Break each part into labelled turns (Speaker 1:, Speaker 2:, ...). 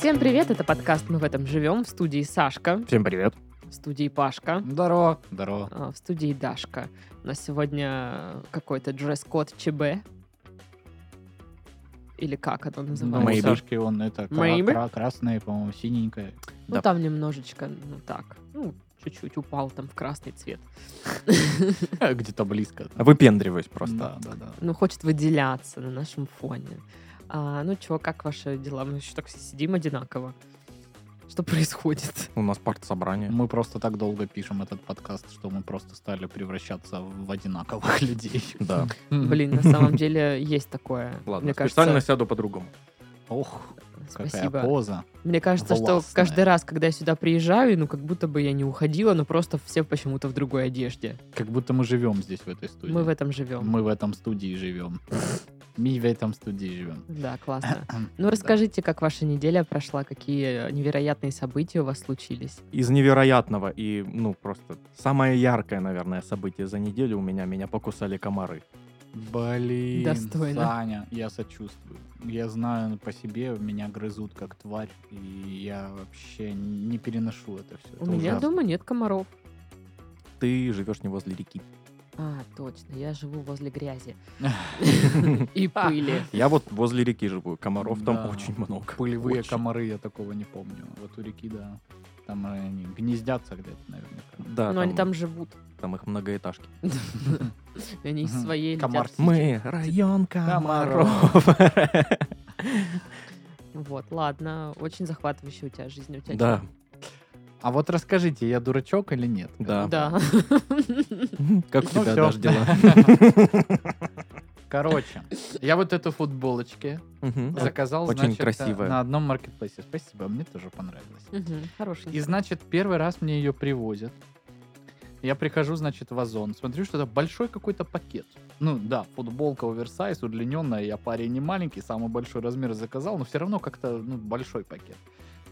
Speaker 1: Всем привет, это подкаст «Мы в этом живем» в студии Сашка,
Speaker 2: Всем привет.
Speaker 1: в студии Пашка,
Speaker 2: Здорово. Здорово.
Speaker 1: а, в студии Дашка. У нас сегодня какой-то дресс-код ЧБ. Или как оно
Speaker 2: Ну,
Speaker 1: называется?
Speaker 2: у
Speaker 1: Ну,
Speaker 2: Сашки он это кра-
Speaker 1: Maybe.
Speaker 2: кра- красное, по-моему, синенькое. да.
Speaker 1: Ну, там немножечко, ну так, ну, чуть-чуть упал там в красный цвет.
Speaker 2: Э, Где-то близко.
Speaker 1: А
Speaker 3: Выпендриваюсь просто.
Speaker 2: Да, да, да.
Speaker 1: Ну, хочет выделяться на нашем фоне. А, ну, чё, как ваши дела? Мы еще так все сидим одинаково. Что происходит?
Speaker 3: У нас партсобрание.
Speaker 2: Мы просто так долго пишем этот подкаст, что мы просто стали превращаться в одинаковых людей.
Speaker 3: Да.
Speaker 1: Блин, на самом деле есть такое.
Speaker 3: Ладно,
Speaker 1: Мне
Speaker 3: специально
Speaker 1: кажется,
Speaker 3: сяду по-другому.
Speaker 2: Ох, какая
Speaker 1: спасибо.
Speaker 2: поза.
Speaker 1: Мне кажется, что
Speaker 2: Властная.
Speaker 1: каждый раз, когда я сюда приезжаю, ну как будто бы я не уходила, но просто все почему-то в другой одежде.
Speaker 2: Как будто мы живем здесь, в этой студии.
Speaker 1: Мы в этом живем.
Speaker 2: Мы в этом студии живем. Мы в этом студии живем.
Speaker 1: Да, классно. Ну расскажите, как ваша неделя прошла, какие э, невероятные события у вас случились.
Speaker 3: Из невероятного и, ну, просто самое яркое, наверное, событие за неделю у меня, меня покусали комары.
Speaker 2: Блин,
Speaker 1: Достойно.
Speaker 2: Саня, я сочувствую. Я знаю ну, по себе, меня грызут как тварь, и я вообще не переношу это все.
Speaker 1: У меня
Speaker 3: ужасно.
Speaker 1: дома нет комаров.
Speaker 3: Ты живешь не возле реки.
Speaker 1: А, точно, я живу возле грязи и пыли.
Speaker 3: Я вот возле реки живу, комаров там
Speaker 2: Да.
Speaker 3: очень много.
Speaker 2: Пылевые
Speaker 3: Очень.
Speaker 2: комары, я такого не помню. Вот у реки, да. Там э, они гнездятся где-то, наверняка.
Speaker 3: Да,
Speaker 1: Но Ну, они там
Speaker 3: там,
Speaker 1: живут.
Speaker 3: там их многоэтажки.
Speaker 1: И Они из
Speaker 2: Мгм.
Speaker 1: своей
Speaker 2: Комар.
Speaker 1: летят.
Speaker 3: Мы район
Speaker 2: Комаров.
Speaker 3: комаров.
Speaker 1: Вот, ладно, очень захватывающая у тебя жизнь. У тебя
Speaker 3: Да.
Speaker 2: А вот расскажите, я дурачок или нет?
Speaker 3: Да.
Speaker 1: чё? Да.
Speaker 3: Как у
Speaker 2: Ну
Speaker 3: тебя
Speaker 2: всё.
Speaker 3: дашь дела?
Speaker 2: Короче, я вот эту футболочки
Speaker 3: Мгм.
Speaker 2: заказал,
Speaker 3: Очень
Speaker 2: значит, э,
Speaker 3: красивая.
Speaker 2: на одном маркетплейсе. Спасибо, мне тоже понравилось.
Speaker 1: Мгм, Хорошенько.
Speaker 2: И, значит, первый раз мне ее привозят. Я прихожу, значит, в Озон, смотрю, что это большой какой-то пакет. Ну, да, футболка оверсайз, удлиненная, я парень не маленький, самый большой размер заказал, но все равно как-то, ну, большой пакет.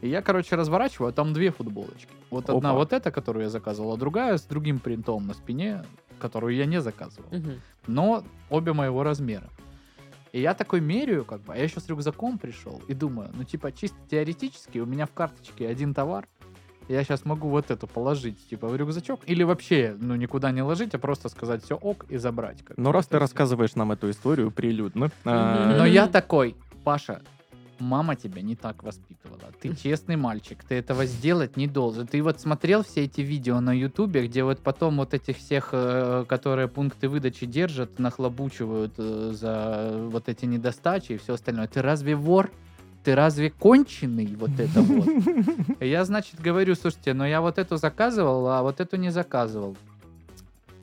Speaker 2: И я, короче, разворачиваю, а там две футболочки. Вот одна
Speaker 3: Опа.
Speaker 2: вот эта, которую я заказывал, а другая с другим принтом на спине, которую я не заказывал
Speaker 1: Мгм.
Speaker 2: но обе моего размера. И я такой меряю, как бы, а я еще с рюкзаком пришел и думаю, ну, типа, чисто теоретически у меня в карточке один товар, я сейчас могу вот эту положить, типа, в рюкзачок, или вообще, ну, никуда не ложить, а просто сказать все ок и забрать.
Speaker 3: Но
Speaker 2: как бы,
Speaker 3: Ну, раз ты
Speaker 2: это всё.
Speaker 3: рассказываешь нам эту историю прилюдно, а,
Speaker 2: Но я такой, Паша, мама тебя не так воспитывала. Ты честный мальчик, ты этого сделать не должен. Ты вот смотрел все эти видео на Ютубе, где вот потом вот этих всех, э, которые пункты выдачи держат, нахлобучивают э, за вот эти недостачи и все остальное. Ты разве вор? Ты разве конченый вот это вот? И Я, значит, говорю, слушайте, но я вот эту заказывал, а вот эту не заказывал.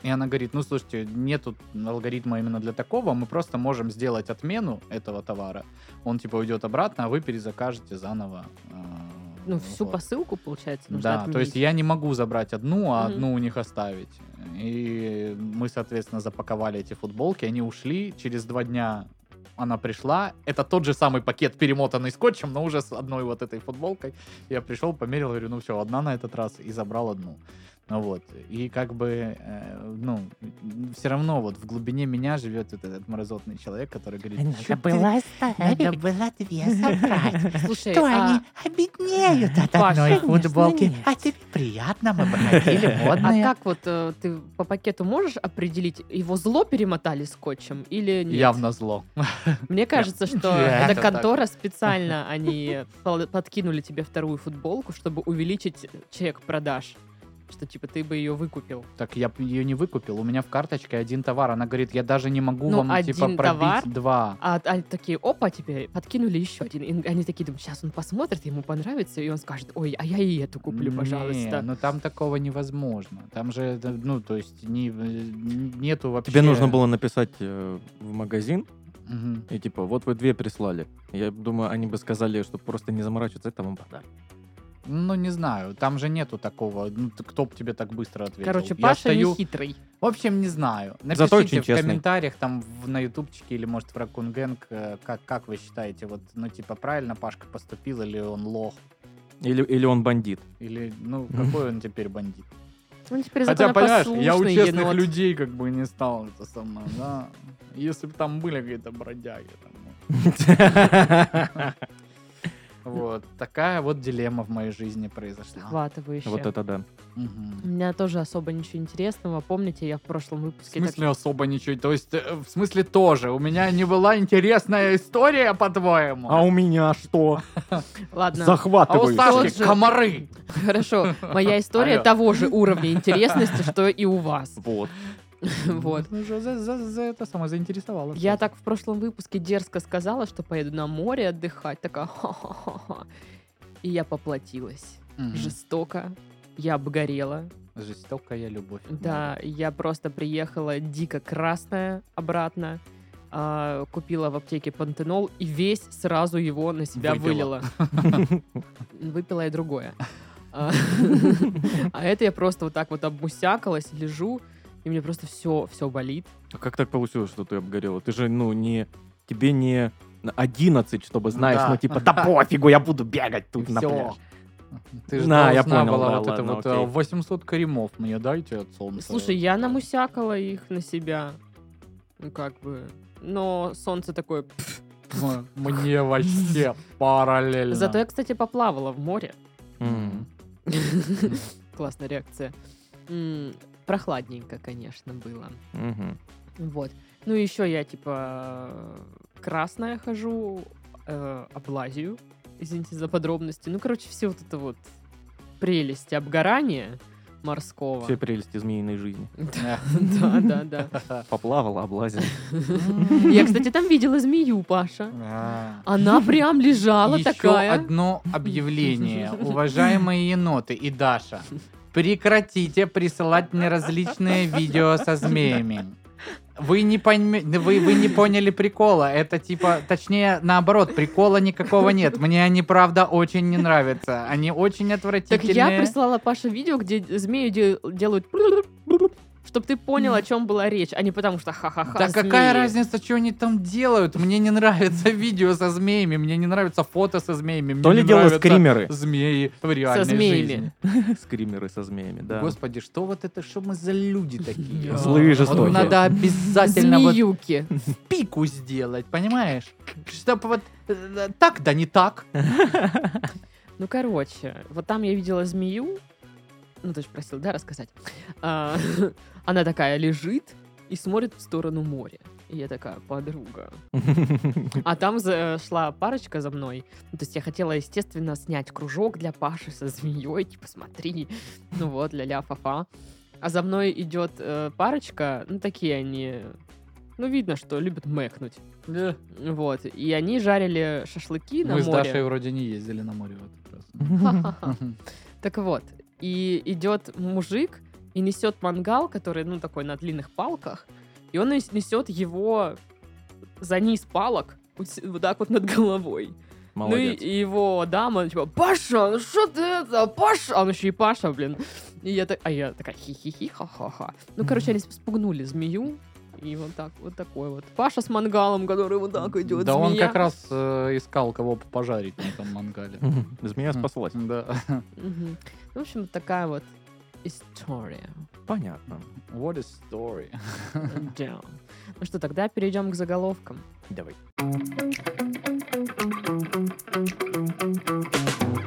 Speaker 2: И она говорит, ну, слушайте, нету алгоритма именно для такого, мы просто можем сделать отмену этого товара. Он, типа, уйдет обратно, а вы перезакажете заново. э,
Speaker 1: Ну, всю
Speaker 2: вот.
Speaker 1: посылку, получается, нужно
Speaker 2: Да, то есть
Speaker 1: отменить.
Speaker 2: я не могу забрать одну, а
Speaker 1: Мгм.
Speaker 2: одну у них оставить. И мы, соответственно, запаковали эти футболки, они ушли. Через два дня она пришла. Это тот же самый пакет, перемотанный скотчем, но уже с одной вот этой футболкой. Я пришел, померил, говорю, ну все, одна на этот раз, и забрал одну. Ну вот, и как бы, э, ну, все равно вот в глубине меня живет вот этот мразотный человек, который говорит, «Чё ты
Speaker 4: Надо было две собрать.
Speaker 1: Слушай,
Speaker 4: Что
Speaker 1: а-
Speaker 4: они обеднеют от
Speaker 1: Паш,
Speaker 4: одной
Speaker 1: конечно,
Speaker 4: футболки.
Speaker 1: нет.
Speaker 4: А тебе приятно, мы походили
Speaker 1: А
Speaker 4: модные.
Speaker 1: как вот э, ты по пакету можешь определить, его зло перемотали скотчем или нет?
Speaker 2: явно зло.
Speaker 1: Мне кажется, что
Speaker 2: Да,
Speaker 1: эта
Speaker 2: это так.
Speaker 1: контора специально они пол- подкинули тебе вторую футболку, чтобы увеличить э, чек продаж. Что типа ты бы ее выкупил.
Speaker 2: Так я ее не выкупил, у меня в карточке один товар. Она говорит, я даже не могу
Speaker 1: Ну,
Speaker 2: вам, типа,
Speaker 1: один
Speaker 2: пробить
Speaker 1: товар?
Speaker 2: два.
Speaker 1: А они такие, опа, теперь подкинули еще один. И они такие думают, сейчас он посмотрит, ему понравится, и он скажет, ой, а я и эту куплю,
Speaker 2: Не,
Speaker 1: пожалуйста.
Speaker 2: ну там такого невозможно. Там же, это, ну, то есть, не, н- нету вообще...
Speaker 3: тебе нужно было написать э, в магазин,
Speaker 2: Мгм.
Speaker 3: И типа, вот вы две прислали. Я думаю, они бы сказали, что просто не заморачиваться, это вам подарок.
Speaker 2: Ну, не знаю, там же нету такого. Ну, т- кто бы тебе так быстро ответил?
Speaker 1: Короче,
Speaker 2: Я
Speaker 1: Паша
Speaker 2: стою-
Speaker 1: не хитрый.
Speaker 2: В общем, не знаю. Напишите
Speaker 3: Зато очень
Speaker 2: в
Speaker 3: честный.
Speaker 2: комментариях, там, в- на ютубчике или, может, в Ракунгэнг, э, как, как вы считаете, вот, ну, типа, правильно Пашка поступил или он лох?
Speaker 3: Или, или он бандит.
Speaker 2: Или, ну, какой он теперь бандит?
Speaker 1: Ну, теперь
Speaker 2: Хотя, понимаешь, я у
Speaker 1: законопослушный
Speaker 2: честных
Speaker 1: енот.
Speaker 2: людей как бы не стал это самое, да. Если бы там были какие-то бродяги. там, ну. Вот, такая вот дилемма в моей жизни произошла.
Speaker 1: Захватывающе.
Speaker 3: Вот это да.
Speaker 1: У
Speaker 2: Мгм.
Speaker 1: меня тоже особо ничего интересного. Помните, я в прошлом
Speaker 2: В
Speaker 1: выпуске... так-
Speaker 2: смысле особо ничего, то есть, э, в смысле тоже, у меня не была интересная история, по-твоему?
Speaker 3: А у меня что?
Speaker 1: Ладно.
Speaker 2: А у
Speaker 3: Захватывающе.
Speaker 2: Сашки
Speaker 1: Тот же.
Speaker 2: комары.
Speaker 1: Хорошо, моя история
Speaker 3: Алло.
Speaker 1: того же уровня интересности, что и у вас.
Speaker 3: Вот.
Speaker 1: Вот.
Speaker 2: Ну, уже за, за- за это самое заинтересовало.
Speaker 1: Я так в прошлом выпуске дерзко сказала, что поеду на море отдыхать. Такая ха-ха-ха-ха. И я поплатилась.
Speaker 2: Мгм.
Speaker 1: Жестоко. Я обгорела.
Speaker 2: Жестокая любовь.
Speaker 1: Да, я просто приехала дико красная обратно. а, купила в аптеке пантенол и весь сразу его на себя
Speaker 2: Выпила.
Speaker 1: вылила. Выпила и другое. А а это я просто вот так вот обмусякалась, лежу, и мне просто все, все болит.
Speaker 3: А как так получилось, что ты обгорела? Ты же, ну, не... Тебе не 11, чтобы знаешь,
Speaker 2: Да.
Speaker 3: ну, типа, да пофигу, я буду бегать тут на
Speaker 2: Всё.
Speaker 3: пляж.
Speaker 2: Ты же
Speaker 3: Да, я
Speaker 2: должна
Speaker 3: понял,
Speaker 2: была
Speaker 3: да,
Speaker 2: вот это
Speaker 3: ладно,
Speaker 2: вот
Speaker 3: окей.
Speaker 2: э, 800 кремов мне дайте от солнца.
Speaker 1: Слушай, я намусякала их на себя. Ну, как бы... Но солнце такое... пф.
Speaker 2: М- Мне вообще параллельно.
Speaker 1: Зато я, кстати, поплавала в море.
Speaker 3: М.
Speaker 1: Классная реакция. М, Прохладненько, конечно, было.
Speaker 3: Мгм.
Speaker 1: Вот. Ну, еще я, типа, э, красная хожу, э, облазию. Извините за подробности. Ну, короче, все вот это вот прелести обгорания морского.
Speaker 3: Все прелести змеиной жизни.
Speaker 1: Да, да, да, да.
Speaker 3: Поплавала, облазила.
Speaker 1: Я, кстати, там видела змею, Паша.
Speaker 2: А.
Speaker 1: Она прям лежала
Speaker 2: Ещё
Speaker 1: А, такая.
Speaker 2: одно объявление. Уважаемые еноты и Даша, прекратите присылать мне различные видео со змеями. Вы не, пойме- вы, вы не поняли прикола. Это типа, точнее, наоборот, прикола никакого нет. Мне они, правда, очень не нравятся. Они очень
Speaker 1: Так
Speaker 2: отвратительные.
Speaker 1: я прислала Паше видео, где змею де- делают... Чтобы ты понял, о чем была речь, а не потому что ха-ха-ха.
Speaker 2: Да какая
Speaker 1: а змеи.
Speaker 2: разница, что они там делают? Мне не нравится видео со змеями, мне не нравится фото со змеями. мне
Speaker 3: То ли
Speaker 2: не
Speaker 3: дело
Speaker 2: нравятся
Speaker 3: скримеры.
Speaker 2: Змеи в реальной
Speaker 1: змеями.
Speaker 2: жизни.
Speaker 3: Скримеры со змеями, да.
Speaker 2: Господи, что вот это, что мы за люди такие?
Speaker 3: Злые и
Speaker 2: Вот
Speaker 3: жестокие.
Speaker 2: надо обязательно вот
Speaker 1: Змеюки.
Speaker 2: пику сделать, понимаешь? Чтоб вот э, так да не так.
Speaker 1: Ну, короче, вот там я видела змею. Ну, ты же просил, да, рассказать? А, Она такая лежит и смотрит в сторону моря. И я такая, подруга. А там за- шла парочка за мной. Ну, то есть я хотела, естественно, снять кружок для Паши со змеей. Типа, смотри. Ну вот, ля-ля, фа-фа. А за мной идет э, парочка. Ну, такие они... Ну, видно, что любят мэхнуть. Вот. И они жарили шашлыки на
Speaker 2: Мы с
Speaker 1: море.
Speaker 2: Дашей вроде не ездили на море в этот раз.
Speaker 1: Ха-ха-ха. Так вот, и идет мужик и несет мангал, который, ну, такой на длинных палках, и он нес- несет его за низ палок, вот с- вот так вот над головой.
Speaker 3: Молодец.
Speaker 1: Ну и его дама, типа, Паша, ну что ты это, Паша? А он еще и Паша, блин. И я, так, а я такая, хи-хи-хи, ха-ха-ха. Ну, короче, они спугнули змею, и вот так, вот такой вот. Паша с мангалом, который вот так идет,
Speaker 2: Да он
Speaker 1: змея.
Speaker 2: как раз э, искал кого бы пожарить на этом мангале.
Speaker 3: Змея спаслась.
Speaker 2: Да.
Speaker 1: Мгм. Ну, В общем, такая вот история.
Speaker 3: Понятно.
Speaker 2: What a story.
Speaker 1: Да. Ну что, тогда перейдем к заголовкам.
Speaker 3: Давай.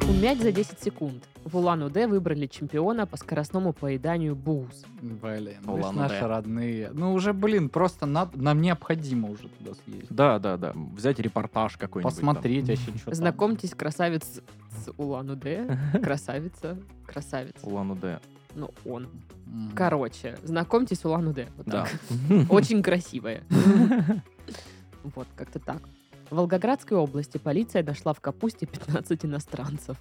Speaker 1: Умять за 10 секунд. В Улан-Удэ выбрали чемпиона по скоростному поеданию буз.
Speaker 2: Блин, ну
Speaker 3: Улан-Удэ.
Speaker 2: наши родные. Ну уже, блин, просто над- нам необходимо уже туда съездить.
Speaker 3: Да, да, да. Взять репортаж какой-нибудь. там.
Speaker 1: а
Speaker 2: Посмотреть вообще что
Speaker 1: Знакомьтесь, красавец с Улан-Удэ. Красавица. Красавец.
Speaker 3: Улан-Удэ.
Speaker 1: Ну, он. Короче, знакомьтесь, Улан-Удэ. Вот
Speaker 3: Да.
Speaker 1: так. Очень красивая. Вот, как-то так. В Волгоградской области полиция нашла в капусте 15 иностранцев.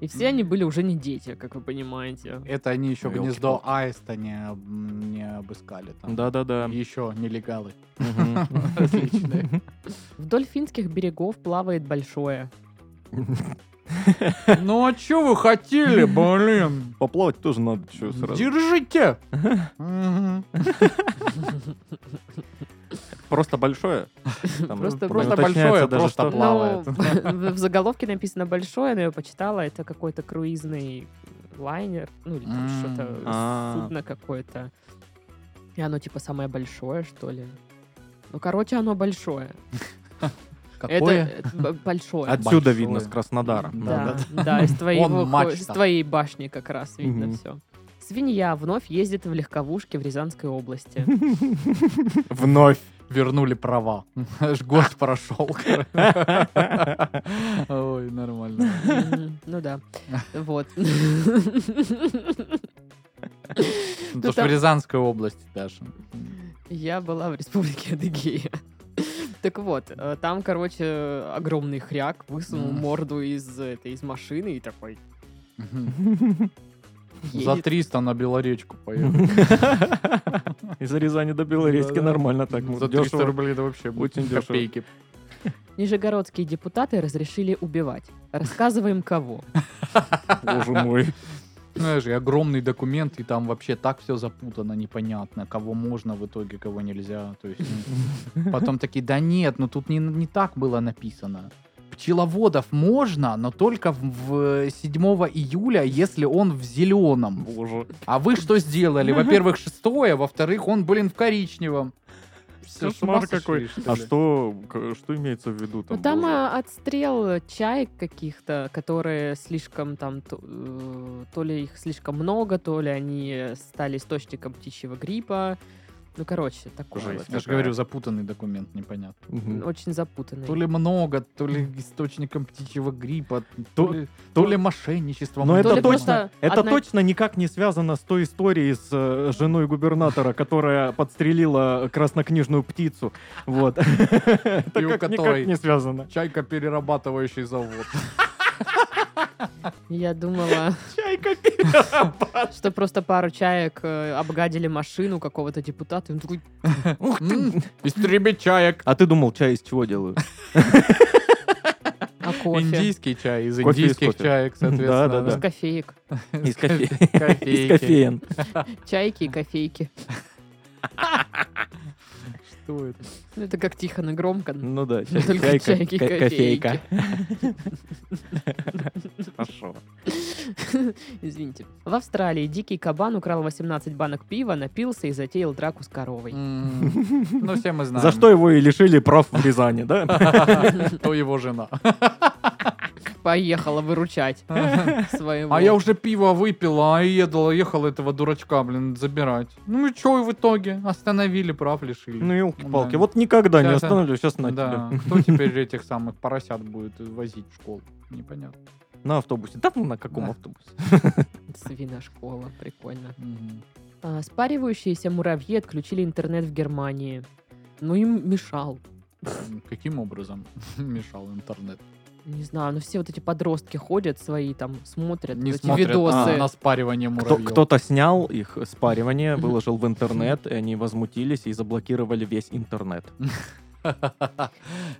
Speaker 1: И все они были уже не дети, как вы понимаете.
Speaker 2: Это они еще
Speaker 3: Ёлки-палки.
Speaker 2: гнездо аиста не, об- не обыскали там.
Speaker 3: Да-да-да.
Speaker 2: Еще нелегалы.
Speaker 3: Мгм.
Speaker 2: Отличные.
Speaker 1: Вдоль финских берегов плавает большое.
Speaker 2: Ну а что вы хотели, блин?
Speaker 3: Поплавать тоже надо, что сразу.
Speaker 2: Держите! Мгм.
Speaker 3: Просто большое. Там
Speaker 1: Просто
Speaker 3: не
Speaker 2: Просто
Speaker 3: уточняется
Speaker 2: большое,
Speaker 3: даже,
Speaker 2: просто
Speaker 3: что-
Speaker 2: плавает.
Speaker 1: Ну, в заголовке написано большое, но я почитала, это какой-то круизный лайнер, ну или там
Speaker 2: М,
Speaker 1: что-то,
Speaker 3: а.
Speaker 1: судно какое-то. И оно типа самое большое, что ли. Ну, короче, оно большое. Это
Speaker 2: Какое?
Speaker 1: э, б- большое.
Speaker 3: Отсюда
Speaker 2: большое.
Speaker 3: видно с Краснодара.
Speaker 1: Да,
Speaker 2: Да,
Speaker 1: да, из твоего
Speaker 2: Он
Speaker 1: хо- с
Speaker 2: мачта.
Speaker 1: твоей башни как раз видно
Speaker 3: Мгм.
Speaker 1: все. Свинья вновь ездит в легковушке в Рязанской области.
Speaker 3: Вновь.
Speaker 2: Вернули права. Аж год прошел. Ой, нормально.
Speaker 1: Мгм, Ну да. Вот.
Speaker 2: Ну, то,
Speaker 1: там-
Speaker 2: что в Рязанской области даже.
Speaker 1: Я была в республике Адыгея. Так вот, э, там, короче, огромный хряк высунул
Speaker 2: Мгм.
Speaker 1: морду из этой из машины и такой
Speaker 2: Мгм. За
Speaker 1: едет.
Speaker 2: 300 на Белоречку поехал.
Speaker 3: Из Рязани до Белорецки
Speaker 2: Да-да.
Speaker 3: нормально так. ну,
Speaker 2: За 300
Speaker 3: дешево.
Speaker 2: рублей это вообще
Speaker 3: Очень дешево.
Speaker 2: копейки.
Speaker 1: Нижегородские депутаты разрешили убивать. Рассказываем кого.
Speaker 3: Боже мой.
Speaker 2: Ну, Знаешь, и огромный документ, и там вообще так все запутано, непонятно, кого можно в итоге, кого нельзя. То есть, ну, потом такие, да нет, ну тут не, не так было написано. Пчеловодов можно, но только в, в 7 июля, если он в зеленом.
Speaker 3: Боже.
Speaker 2: А вы что сделали? Во-первых, шестое, во-вторых, он, блин, в коричневом. Всё, с ума
Speaker 3: Кошмар какой.
Speaker 2: сошли,
Speaker 3: А
Speaker 2: ли?
Speaker 3: что, к- что имеется в виду
Speaker 1: Ну
Speaker 3: там?
Speaker 1: там
Speaker 3: боже?
Speaker 1: а, отстрел чаек каких-то, которые слишком там, то, э, то ли их слишком много, то ли они э, стали источником птичьего гриппа. Ну, короче, такое.
Speaker 3: Жесть.
Speaker 2: Я же говорю, запутанный документ, непонятно.
Speaker 3: Мгм.
Speaker 1: Очень запутанный.
Speaker 2: То ли много, то ли источником птичьего гриппа, то,
Speaker 3: То-
Speaker 2: ли,
Speaker 3: то-
Speaker 2: то ли мошенничество.
Speaker 3: Но
Speaker 2: Мы
Speaker 1: То ли
Speaker 3: это
Speaker 2: не
Speaker 3: точно,
Speaker 2: знаем.
Speaker 1: просто
Speaker 3: Это
Speaker 1: одна-
Speaker 3: точно никак не связано с той историей с э, женой губернатора, которая подстрелила краснокнижную птицу. Вот. Это
Speaker 2: И у
Speaker 3: как
Speaker 2: которой-
Speaker 3: никак не связано.
Speaker 2: Чайка перерабатывающий завод.
Speaker 1: Я думала,
Speaker 3: Чайка
Speaker 1: что просто пару чаек э, обгадили машину какого-то депутата. и он такой,
Speaker 2: М, Истребить чаек.
Speaker 3: А ты думал, чай из чего делают?
Speaker 1: а кофе?
Speaker 2: Индийский чай из
Speaker 3: Кофе из
Speaker 2: индийских
Speaker 3: кофе.
Speaker 2: чаек, соответственно.
Speaker 3: Да, да,
Speaker 1: Из кофеек.
Speaker 3: Из кофе. Из
Speaker 2: Кофейки.
Speaker 3: кофеен.
Speaker 1: Чайки и кофейки.
Speaker 2: Что это?
Speaker 1: Ну, это как Тихон и громко. но
Speaker 3: Ну да, чай-
Speaker 1: Только чайки и
Speaker 3: ко- кофейка. Хорошо.
Speaker 1: Извините. В Австралии дикий кабан украл 18 банок пива, напился и затеял драку с коровой.
Speaker 2: М, Ну, все мы знаем.
Speaker 3: За что его и лишили прав в Рязани, да?
Speaker 2: То его жена.
Speaker 1: Поехала выручать своего.
Speaker 2: А я уже пиво выпила, а еду, ехал этого дурачка, блин, забирать. Ну и что в итоге? Остановили, прав лишили.
Speaker 3: Ну, елки-палки,
Speaker 2: Да.
Speaker 3: вот никогда не
Speaker 2: Сейчас, а,
Speaker 3: остановлю, сейчас на
Speaker 2: да,
Speaker 3: тебе.
Speaker 2: кто теперь этих самых поросят будет возить в школу? Непонятно.
Speaker 3: На автобусе. Да ну на каком
Speaker 2: Да.
Speaker 3: автобусе?
Speaker 1: Свиношкола, прикольно.
Speaker 2: Мгм.
Speaker 1: А, спаривающиеся муравьи отключили интернет в Германии. Ну, им мешал.
Speaker 2: М, Каким образом мешал интернет?
Speaker 1: Не знаю, но все вот эти подростки ходят свои, там, смотрят
Speaker 2: Не
Speaker 1: вот эти
Speaker 2: смотрят А,
Speaker 1: видосы.
Speaker 2: на, на спаривание
Speaker 3: Кто-
Speaker 2: муравьев.
Speaker 3: Кто-то снял их спаривание,
Speaker 1: Мгм.
Speaker 3: выложил в интернет, и они возмутились и заблокировали весь интернет.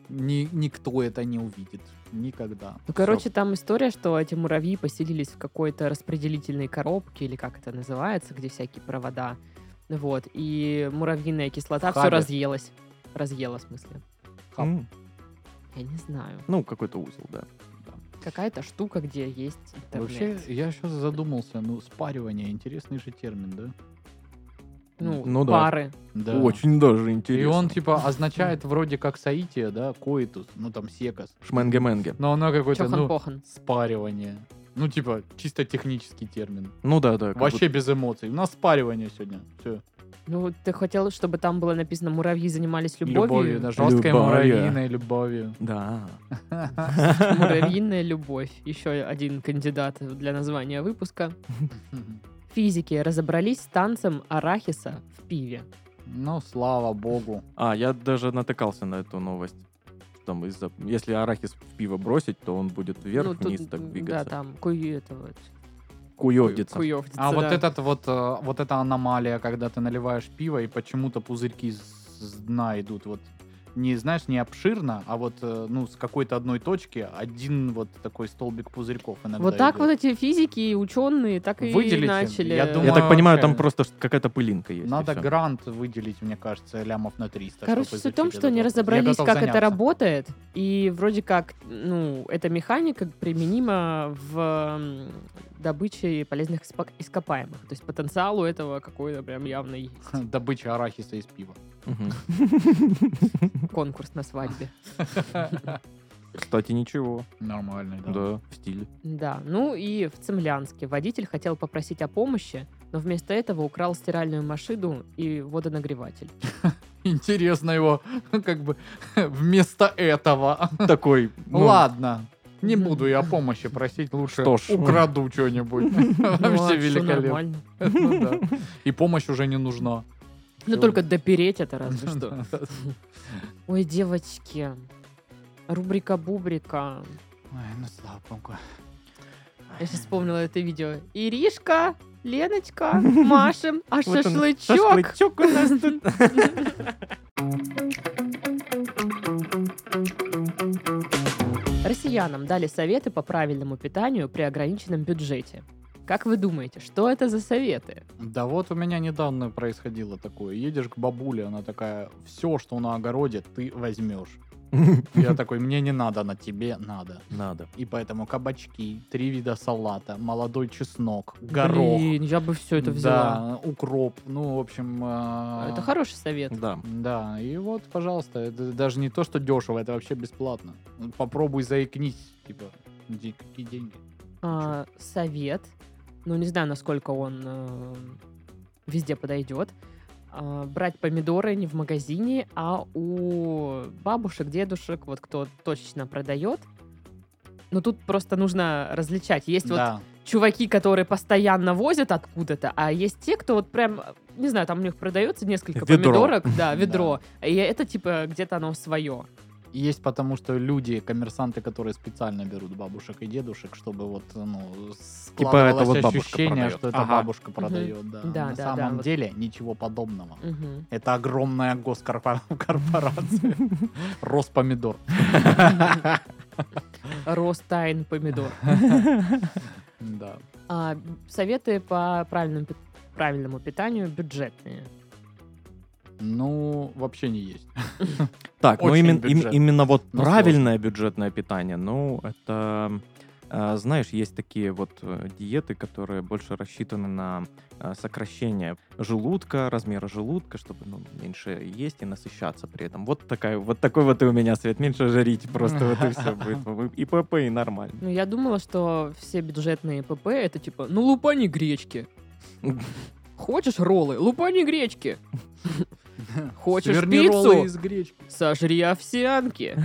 Speaker 2: Ни- никто это не увидит. Никогда.
Speaker 1: Ну, короче, там история, что эти муравьи поселились в какой-то распределительной коробке, или как это называется, где всякие провода. Вот, и муравьиная кислота
Speaker 2: В
Speaker 1: все
Speaker 2: хабе.
Speaker 1: разъелась. Разъела, в смысле.
Speaker 2: Хаб.
Speaker 3: М,
Speaker 1: Я не знаю.
Speaker 3: Ну, какой-то узел, да.
Speaker 1: Какая-то штука, где есть интернет.
Speaker 2: Вообще, я сейчас задумался, ну, спаривание, интересный же термин, да?
Speaker 1: ну,
Speaker 3: ну да.
Speaker 1: пары.
Speaker 2: Да.
Speaker 3: Очень даже
Speaker 2: И
Speaker 3: интересно.
Speaker 2: он, типа, означает вроде как соитие, да, коитус, ну, там, секас.
Speaker 3: Шменге-менге.
Speaker 2: Но оно какое-то, ну,
Speaker 1: Чохан-похан.
Speaker 2: спаривание. Ну, типа, чисто технический термин.
Speaker 3: Ну да, да. как
Speaker 2: Вообще без эмоций. У нас спаривание сегодня. Все.
Speaker 1: Ну, ты хотел, чтобы там было написано «муравьи занимались любовью»?
Speaker 2: Любовью, да, жесткой
Speaker 3: Любовью.
Speaker 2: муравьиной любовью.
Speaker 3: будто- Да.
Speaker 1: Муравьиная любовь. Еще один кандидат для названия выпуска.
Speaker 2: Хм.
Speaker 1: Физики разобрались с танцем арахиса в пиве.
Speaker 2: Ну, слава богу.
Speaker 3: А, я даже натыкался на эту новость. Там из-за... Если арахис в пиво бросить, то он будет
Speaker 1: Ну, тут,
Speaker 3: вверх-вниз так
Speaker 1: Да,
Speaker 3: двигаться.
Speaker 1: там, кую этого,
Speaker 3: Куёвдится.
Speaker 1: куёвдится,
Speaker 2: А вот
Speaker 1: да.
Speaker 2: этот вот, э, вот эта аномалия, когда ты наливаешь пиво и почему-то пузырьки с с дна идут вот не, знаешь, не обширно, а вот, э, ну, с какой-то одной точки один вот такой столбик пузырьков иногда
Speaker 1: Вот так
Speaker 2: идет.
Speaker 1: вот эти физики и ученые так и
Speaker 2: Выделите,
Speaker 1: начали.
Speaker 2: я
Speaker 3: Я
Speaker 2: думаю,
Speaker 3: так понимаю, там
Speaker 2: реально.
Speaker 3: просто ш- какая-то пылинка есть. и
Speaker 2: Надо
Speaker 3: всё.
Speaker 2: грант выделить, мне кажется, лямов на 300.
Speaker 1: Короче,
Speaker 2: чтобы
Speaker 1: суть в том,
Speaker 2: изучить
Speaker 1: что
Speaker 2: этот
Speaker 1: не
Speaker 2: вопрос. Я
Speaker 1: разобрались,
Speaker 2: готов
Speaker 1: как это
Speaker 2: заняться.
Speaker 1: работает, и вроде как, ну, эта механика применима в м, добыче полезных испо- ископаемых. То есть потенциал у этого какой-то прям явно есть.
Speaker 2: Добыча арахиса из пива.
Speaker 3: Мгм.
Speaker 1: Конкурс на свадьбе.
Speaker 3: Кстати, ничего.
Speaker 2: Нормальный, да.
Speaker 3: Да, в стиле.
Speaker 1: Да, ну и в Цемлянске водитель хотел попросить о помощи, но вместо этого украл стиральную машину и водонагреватель.
Speaker 2: Интересно его, как бы, вместо этого.
Speaker 3: Такой. ну,
Speaker 2: Ладно, не буду я помощи просить, лучше
Speaker 3: Что ж.
Speaker 2: украду что-нибудь.
Speaker 1: Ну, а
Speaker 2: Вообще
Speaker 1: всё
Speaker 2: великолепно.
Speaker 1: нормально.
Speaker 2: Ну да. И помощь уже не нужна.
Speaker 1: Ну
Speaker 2: Всё.
Speaker 1: только допереть это разве что. Ой, девочки, рубрика-бубрика.
Speaker 2: Ой, ну слава богу.
Speaker 1: Я сейчас вспомнила это видео. Иришка, Леночка, Машем, а
Speaker 3: вот он,
Speaker 1: шашлычок.
Speaker 3: шашлычок у нас тут.
Speaker 1: Россиянам дали советы по правильному питанию при ограниченном бюджете. Как вы думаете, что это за советы?
Speaker 2: Да вот у меня недавно происходило такое. Едешь к бабуле, она такая, все, что на огороде, ты возьмешь. Я такой, мне не надо, на тебе надо.
Speaker 3: Надо.
Speaker 2: И поэтому кабачки, три вида салата, молодой чеснок, горох.
Speaker 1: Блин, я бы все это взяла.
Speaker 2: Да, укроп. Ну, в общем... а,
Speaker 1: Это хороший совет.
Speaker 3: Да.
Speaker 2: Да, и вот, пожалуйста, это даже не то, что дешево, это вообще бесплатно. Ну, Попробуй заикнись, типа, «Ди- какие деньги?
Speaker 1: А, совет. Ну, не знаю, насколько он э, везде подойдет. А, брать помидоры не в магазине, а у бабушек, дедушек, вот кто точно продает. Но тут просто нужно различать. Есть вот
Speaker 2: Да,
Speaker 1: чуваки, которые постоянно возят откуда-то, а есть те, кто вот прям, не знаю, там у них продается несколько
Speaker 3: Ведро.
Speaker 1: помидорок, да, ведро, и это типа где-то оно свое.
Speaker 2: есть потому что люди, коммерсанты, которые специально берут бабушек и дедушек, чтобы вот, ну,
Speaker 1: Типа
Speaker 2: складывалось
Speaker 3: это вот бабушка
Speaker 2: ощущение,
Speaker 3: продает.
Speaker 2: что это
Speaker 3: Ага.
Speaker 2: бабушка продает, да.
Speaker 1: Да,
Speaker 2: На
Speaker 1: да, да,
Speaker 2: самом
Speaker 1: вот.
Speaker 2: деле ничего подобного.
Speaker 1: Мгм.
Speaker 2: Это огромная госкорпорация. Роспомидор.
Speaker 1: Ростайн помидор.
Speaker 2: Да.
Speaker 1: А, советы по правильному, пи- правильному питанию бюджетные.
Speaker 2: Ну, вообще не есть.
Speaker 3: Так, ну
Speaker 2: Очень
Speaker 3: именно, им-
Speaker 2: бюджетно,
Speaker 3: именно вот
Speaker 2: но
Speaker 3: правильное бюджетное питание, ну, это... э, Знаешь, есть такие вот э, диеты, которые больше рассчитаны на э, сокращение желудка, размера желудка, чтобы ну, меньше есть и насыщаться при этом. Вот такая, вот такой вот и у меня свет. Меньше жрите просто, вот и все будет. И ПП, и нормально.
Speaker 1: Ну, я думала, что все бюджетные ПП это типа, ну, лупани гречки. Хочешь роллы? Лупани гречки. Хочешь
Speaker 2: Сверни роллы
Speaker 1: пиццу?
Speaker 2: из гречки.
Speaker 1: Сожри овсянки.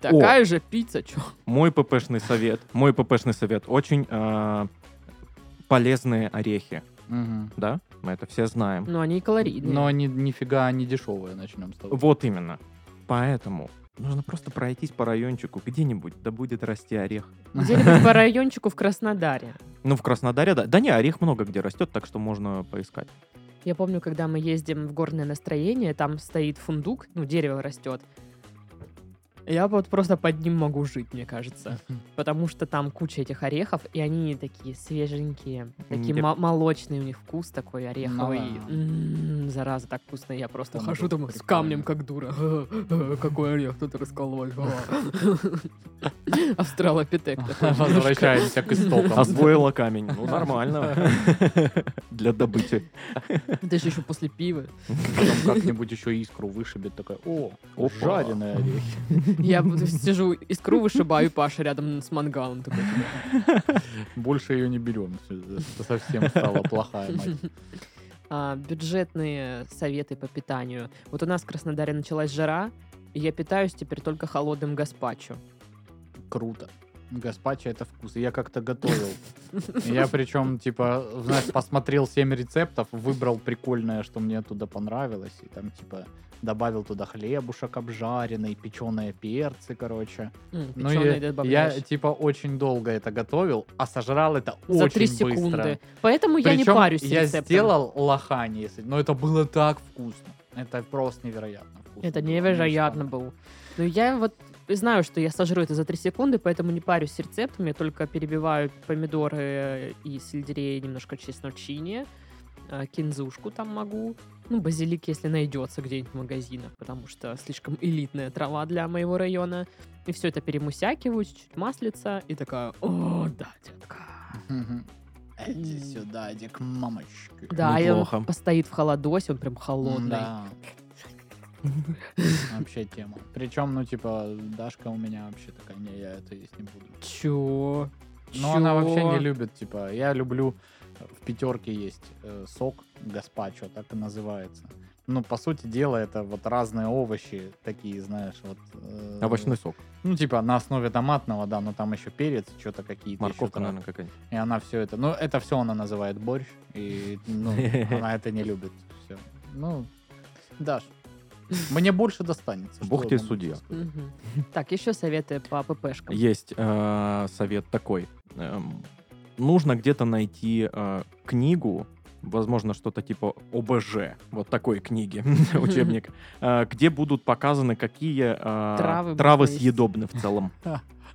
Speaker 1: Такая же пицца, чё?
Speaker 3: Мой ППшный совет, мой ППшный совет, очень э, полезные орехи,
Speaker 2: Мгм.
Speaker 3: да? Мы это все знаем.
Speaker 1: Но Ну, они и калорийные.
Speaker 2: Но Ну, они нифига не дешевые, начнем с того.
Speaker 3: Вот именно. Поэтому нужно просто пройтись по райончику где-нибудь, да будет расти орех.
Speaker 1: Где-нибудь по райончику в Краснодаре.
Speaker 3: Ну, в Краснодаре, да. Да не, орех много где растет, так что можно поискать.
Speaker 1: Я помню, когда мы ездим в горное настроение, там стоит фундук, ну, дерево растет. Я вот просто под ним могу жить, мне кажется. Потому что там куча этих орехов, и они такие свеженькие, такие
Speaker 3: Мгм.
Speaker 1: мо- молочные у них вкус такой ореховый.
Speaker 2: да.
Speaker 1: М, Зараза, так вкусно. Я просто
Speaker 2: Там
Speaker 1: хожу
Speaker 2: это
Speaker 1: там с
Speaker 2: прикольно.
Speaker 1: камнем, как дура. Какой орех тут расколоть? Австралопитек такой. немножко.
Speaker 2: Возвращаемся к истокам.
Speaker 3: Освоила камень. Ну, нормально. Для добычи.
Speaker 1: Это же еще после пива.
Speaker 2: Потом как-нибудь еще искру вышибет, такая, о,
Speaker 3: Опа.
Speaker 2: жареные орехи.
Speaker 1: Я вот сижу, искру вышибаю, и Паша рядом с мангалом такой. типа,
Speaker 2: Больше ее не берем. Совсем стала плохая мать.
Speaker 1: а, бюджетные советы по питанию. Вот у нас в Краснодаре началась жара, и я питаюсь теперь только холодным гаспачо.
Speaker 2: Круто. Гаспачо это вкус. Я как-то готовил. Я причем, типа, знаешь, посмотрел 7 рецептов, выбрал прикольное, что мне оттуда понравилось. И там, типа, добавил туда хлебушек обжаренный, печеные перцы, короче.
Speaker 1: М,
Speaker 2: Ну,
Speaker 1: печёный
Speaker 2: я,
Speaker 1: добавляешь.
Speaker 2: я, типа, очень долго это готовил, а сожрал это
Speaker 1: За
Speaker 2: очень
Speaker 1: 3
Speaker 2: быстро.
Speaker 1: секунды. Поэтому я не
Speaker 2: Причём
Speaker 1: парюсь с
Speaker 2: я
Speaker 1: рецептом.
Speaker 2: сделал лохань, если... Но это было так вкусно. Это просто невероятно. вкусно.
Speaker 1: Это
Speaker 2: было,
Speaker 1: невероятно
Speaker 2: конечно.
Speaker 1: было. Но я вот знаю, что я сожру это за 3 секунды, поэтому не парюсь с рецептами, я только перебиваю помидоры э, и сельдерей немножко чесночине, э, кинзушку там могу, ну, базилик, если найдется где-нибудь в магазинах, потому что слишком элитная трава для моего района. И все это перемусякиваю, чуть-чуть маслица, и такая, о, да, детка.
Speaker 2: Мгм. Иди
Speaker 1: М.
Speaker 2: сюда, иди к мамочке.
Speaker 1: Да, и он
Speaker 3: Неплохо.
Speaker 1: постоит в холодосе, он прям холодный.
Speaker 2: Да. Вообще тема. Причем, ну, типа, Дашка у меня вообще такая, не, я это есть не буду.
Speaker 1: Чё?
Speaker 2: Но Ну, она вообще
Speaker 1: Чё?
Speaker 2: не любит, типа, я люблю, э, в пятерке есть э, сок гаспачо, так и называется. Ну, по сути дела, это вот разные овощи такие, знаешь, вот... э,
Speaker 3: Овощной сок.
Speaker 2: Ну, типа, на основе томатного, да, но там еще перец, что-то какие-то. ещё
Speaker 3: Морковка,
Speaker 2: тра-
Speaker 3: наверное, какая-нибудь.
Speaker 2: И она все это... Ну, это все она называет борщ, и ну, она это не любит. Все. Ну, Даш, мне больше достанется.
Speaker 3: Бог
Speaker 2: что
Speaker 3: тебе
Speaker 2: я могу
Speaker 3: судья.
Speaker 2: сказать?
Speaker 1: Мгм. Так, еще советы по ППшкам.
Speaker 3: Есть э, совет такой. Эм, нужно где-то найти э, книгу, возможно, что-то типа ОБЖ, вот такой книги, учебник, э, где будут показаны, какие э,
Speaker 1: Травы
Speaker 3: травы
Speaker 1: можно есть.
Speaker 3: съедобны в целом.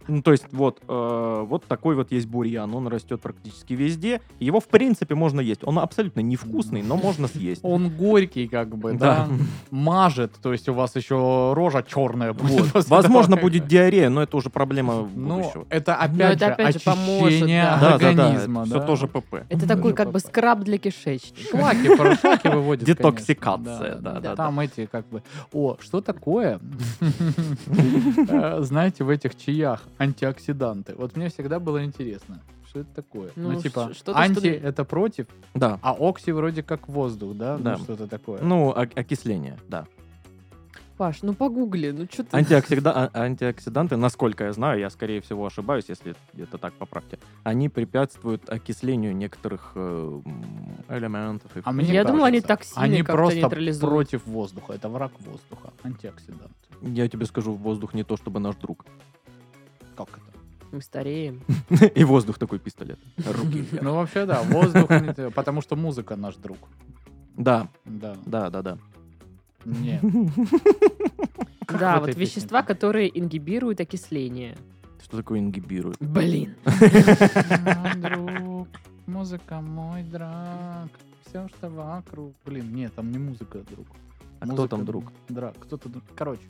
Speaker 3: Ну, то есть вот, э, вот такой вот есть бурьян, он растет практически везде, его в принципе можно есть, он абсолютно невкусный, но можно съесть.
Speaker 2: Он горький, как бы, да. Мажет, то есть у вас еще рожа черная будет.
Speaker 3: Вот.
Speaker 2: после
Speaker 3: Возможно,
Speaker 2: того, как-
Speaker 3: будет диаррея, но это уже проблема
Speaker 2: Ну,
Speaker 3: будущего.
Speaker 2: это опять
Speaker 1: это
Speaker 2: же
Speaker 1: опять же поможет,
Speaker 2: очищение
Speaker 1: да.
Speaker 3: Да, да, да,
Speaker 2: организма.
Speaker 3: все
Speaker 2: да. Ну,
Speaker 3: тоже ПП.
Speaker 1: Это такой как бы скраб для кишечника.
Speaker 2: Шлаки, порошки выводит. конечно.
Speaker 3: Детоксикация, да-да-да.
Speaker 2: Там эти как бы... О, что такое? Э, Знаете, в этих чаях антиоксиданты. Вот мне всегда было интересно, что это такое.
Speaker 1: Ну,
Speaker 2: Ну, типа,
Speaker 1: ш- что-то, что
Speaker 2: анти —
Speaker 1: ли-
Speaker 2: это против,
Speaker 3: Да.
Speaker 2: а окси вроде как воздух, да?
Speaker 3: Да.
Speaker 2: Ну, что-то такое.
Speaker 3: Ну, ок- окисление, да.
Speaker 1: Паш, ну погугли, ну что ты...
Speaker 3: Антиоксида- а- антиоксиданты, насколько я знаю, я, скорее всего, ошибаюсь, если это так, поправьте, они препятствуют окислению некоторых э, м, элементов. и-
Speaker 2: А мне
Speaker 1: Я думала, они
Speaker 2: кажется,
Speaker 1: токсины
Speaker 2: Они
Speaker 1: как-то
Speaker 2: просто
Speaker 1: нейтрализуют.
Speaker 2: против воздуха. Это враг воздуха. Антиоксидант.
Speaker 3: Я тебе скажу, воздух не то, чтобы наш друг.
Speaker 2: Как это?
Speaker 1: Мы стареем.
Speaker 3: И воздух такой пистолет. Руки вверх.
Speaker 2: Ну, вообще, да, воздух, не- потому что музыка наш друг.
Speaker 3: Да,
Speaker 2: Да.
Speaker 3: да, да, да.
Speaker 2: Нет. Как
Speaker 1: Да,
Speaker 2: в
Speaker 1: вот
Speaker 2: этой песне
Speaker 1: вещества,
Speaker 2: там?
Speaker 1: которые ингибируют окисление.
Speaker 3: Что такое ингибирует?
Speaker 1: Блин.
Speaker 2: Мой друг, музыка мой драк. Все, что вокруг. Блин, нет, там не музыка, друг.
Speaker 3: А кто
Speaker 2: Музыка
Speaker 3: там друг?
Speaker 2: Драк. Кто-то друг. Короче,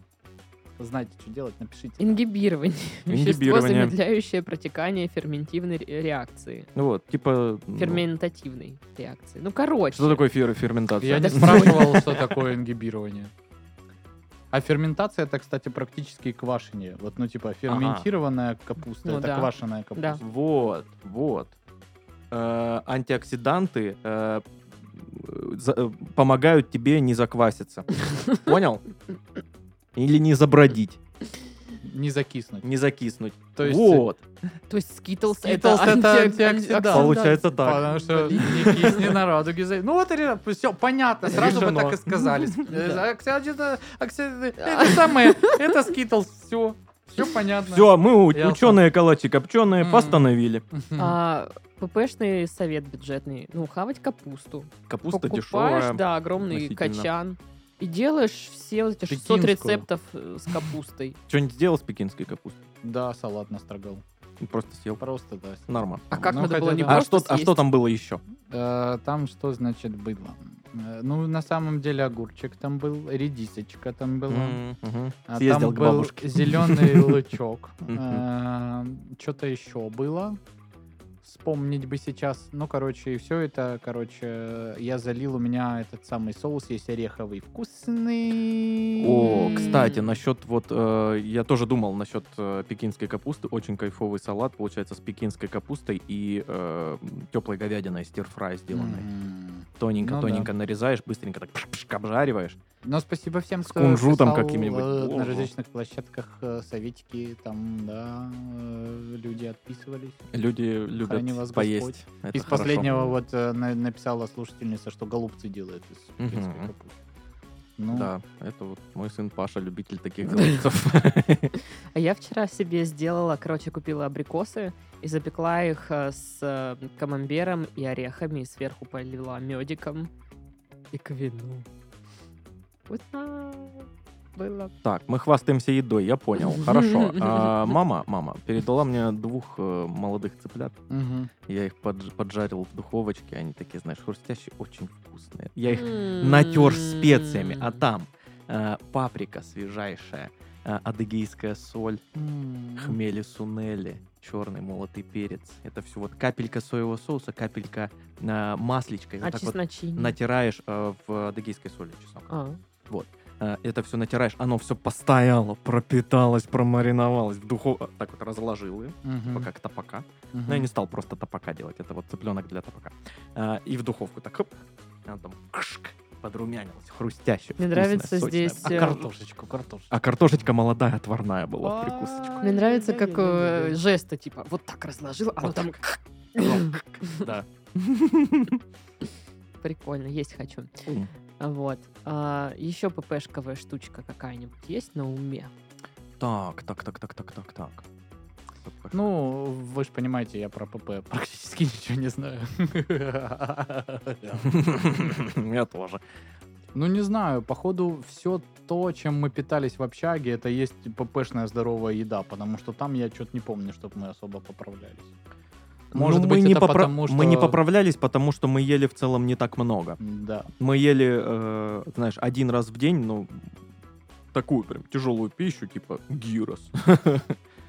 Speaker 2: знаете, что делать, напишите.
Speaker 1: Ингибирование. Вещество,
Speaker 3: Ингибирование.
Speaker 1: замедляющее протекание ферментивной ре- реакции.
Speaker 3: Вот, типа... ну,
Speaker 1: Ферментативной реакции. Ну, короче.
Speaker 3: Что такое фер- ферментация?
Speaker 2: Я не спрашивал, что такое ингибирование. А ферментация это, кстати, практически квашение. Вот, ну, типа, ферментированная капуста,
Speaker 1: Ну
Speaker 2: это
Speaker 1: да.
Speaker 2: квашеная капуста.
Speaker 3: Вот, вот. Э, антиоксиданты э, за- э, помогают тебе не закваситься. Понял? Или не забродить,
Speaker 2: Не закиснуть.
Speaker 3: не закиснуть.
Speaker 2: То есть-
Speaker 3: вот,
Speaker 1: То есть скитлс
Speaker 2: Skittles
Speaker 1: это
Speaker 2: это
Speaker 1: анти-
Speaker 2: антиоксидант.
Speaker 1: антиоксидант.
Speaker 3: получается так.
Speaker 2: Потому что не кисни на радуге. за- Ну вот, все понятно, сразу бы
Speaker 3: Решено.
Speaker 2: так и сказали.
Speaker 1: Да.
Speaker 2: Э, оксид- это- оксид- Это самое, это скитлс, все. Все понятно.
Speaker 3: Все, мы
Speaker 2: Ясно.
Speaker 3: ученые калачи копченые
Speaker 2: Мгм.
Speaker 3: постановили.
Speaker 1: А, ППшный совет бюджетный. Ну, хавать капусту.
Speaker 3: Капуста
Speaker 1: Покупаешь,
Speaker 3: дешевая.
Speaker 1: да, огромный
Speaker 3: относительно.
Speaker 1: качан. И делаешь все эти 600
Speaker 2: Пекинскую.
Speaker 1: рецептов э, с капустой.
Speaker 3: Что-нибудь сделал с пекинской капустой? Ну,
Speaker 2: Да, салат настрогал.
Speaker 3: Просто съел.
Speaker 2: Просто, да.
Speaker 3: Нормально.
Speaker 1: А как
Speaker 2: Ну,
Speaker 1: надо
Speaker 2: хотя
Speaker 1: было не
Speaker 2: да.
Speaker 3: А
Speaker 1: просто
Speaker 3: что, а что
Speaker 1: съесть?
Speaker 3: там было еще?
Speaker 2: Э, Там что значит быдло? Э, Ну, на самом деле огурчик там был, редисочка там была.
Speaker 3: М, мгм.
Speaker 2: а
Speaker 3: Съездил
Speaker 2: там
Speaker 3: к
Speaker 2: был
Speaker 3: бабушке.
Speaker 2: Зеленый лучок.
Speaker 3: Мгм.
Speaker 2: Что-то еще было. Вспомнить бы сейчас. Ну, короче, и все это, короче, я залил, у меня этот самый соус есть ореховый, вкусный.
Speaker 3: О,
Speaker 1: М.
Speaker 3: кстати, насчет вот, э, я тоже думал насчет э, пекинской капусты. Очень кайфовый салат получается с пекинской капустой и теплой говядиной, стирфрай сделанной.
Speaker 2: М.
Speaker 3: Тоненько,
Speaker 2: Ну
Speaker 3: тоненько нарезаешь, быстренько так пш-пш, обжариваешь.
Speaker 2: Ну, спасибо всем, кто
Speaker 3: кунжутом
Speaker 2: писал,
Speaker 3: каким-нибудь.
Speaker 2: э,
Speaker 3: Ого.
Speaker 2: На различных площадках э, советики, там, да, э, люди отписывались.
Speaker 3: Люди любят
Speaker 2: Храни вас
Speaker 3: поесть.
Speaker 2: Господь.
Speaker 3: Это
Speaker 2: из
Speaker 3: хорошо.
Speaker 2: последнего вот э, на- написала слушательница, что голубцы делают из
Speaker 3: Мгм.
Speaker 2: пекинской капусты. Ну,
Speaker 3: Да, это вот мой сын Паша, любитель таких голубцев.
Speaker 1: А я вчера себе сделала, короче, купила абрикосы и запекла их э, с э, камамбером и орехами, и сверху полила медиком и к вину. Вот так.
Speaker 2: было.
Speaker 3: Так, мы хвастаемся едой, я понял. Хорошо. А, Мама, мама передала мне двух э, молодых цыплят.
Speaker 2: Мгм.
Speaker 3: Я их подж- поджарил в духовочке. Они такие, знаешь, хрустящие, очень вкусные. Я их натер специями, а там э, паприка свежайшая, э, адыгейская соль,
Speaker 2: М.
Speaker 3: хмели сунели, черный молотый перец. Это все вот капелька соевого соуса, капелька э, масличка. И вот
Speaker 1: А
Speaker 3: так вот
Speaker 1: чесночине?
Speaker 3: натираешь э, в адыгейской соли чеснок.
Speaker 1: А,
Speaker 3: Э, это все натираешь, оно все постояло, пропиталось, промариновалось в духов... а, Так вот разложил ее,
Speaker 2: Мгм.
Speaker 3: пока к топака.
Speaker 2: Мгм.
Speaker 3: Но я не стал просто топака делать, это вот цыпленок для топака. Э, и в духовку так, хоп, и оно там кшк, подрумянилось, хрустяще,
Speaker 1: Мне
Speaker 3: вкусное,
Speaker 1: нравится
Speaker 3: сочное.
Speaker 1: здесь,
Speaker 3: А,
Speaker 1: э,
Speaker 3: кар-
Speaker 2: Картошечку, картошечку. А,
Speaker 3: а картошечка молодая, отварная была в А, прикусочку.
Speaker 1: Мне нравится, как э,
Speaker 2: Ай-яй-яй-яй-яй.
Speaker 1: жесты, типа, вот так разложил, а
Speaker 3: Вот
Speaker 1: вот там...
Speaker 3: Да.
Speaker 1: Прикольно, есть хочу.
Speaker 3: М.
Speaker 1: Вот. еще ППшковая штучка какая-нибудь есть на уме?
Speaker 3: Так, так, так, так, так, так, так.
Speaker 2: Ну, вы же понимаете, я про ПП практически ничего не знаю.
Speaker 3: Я тоже.
Speaker 2: Ну, не знаю, походу, все то, чем мы питались в общаге, это есть ППшная здоровая еда, потому что там я что-то не помню, чтобы мы особо поправлялись. Может
Speaker 3: Ну,
Speaker 2: быть,
Speaker 3: мы не
Speaker 2: это
Speaker 3: попра-
Speaker 2: потому,
Speaker 3: мы не
Speaker 2: что-
Speaker 3: поправлялись, потому что мы ели в целом не так много.
Speaker 2: Да.
Speaker 3: мы ели, э, знаешь, один раз в день, ну, такую прям тяжелую пищу, типа гирос.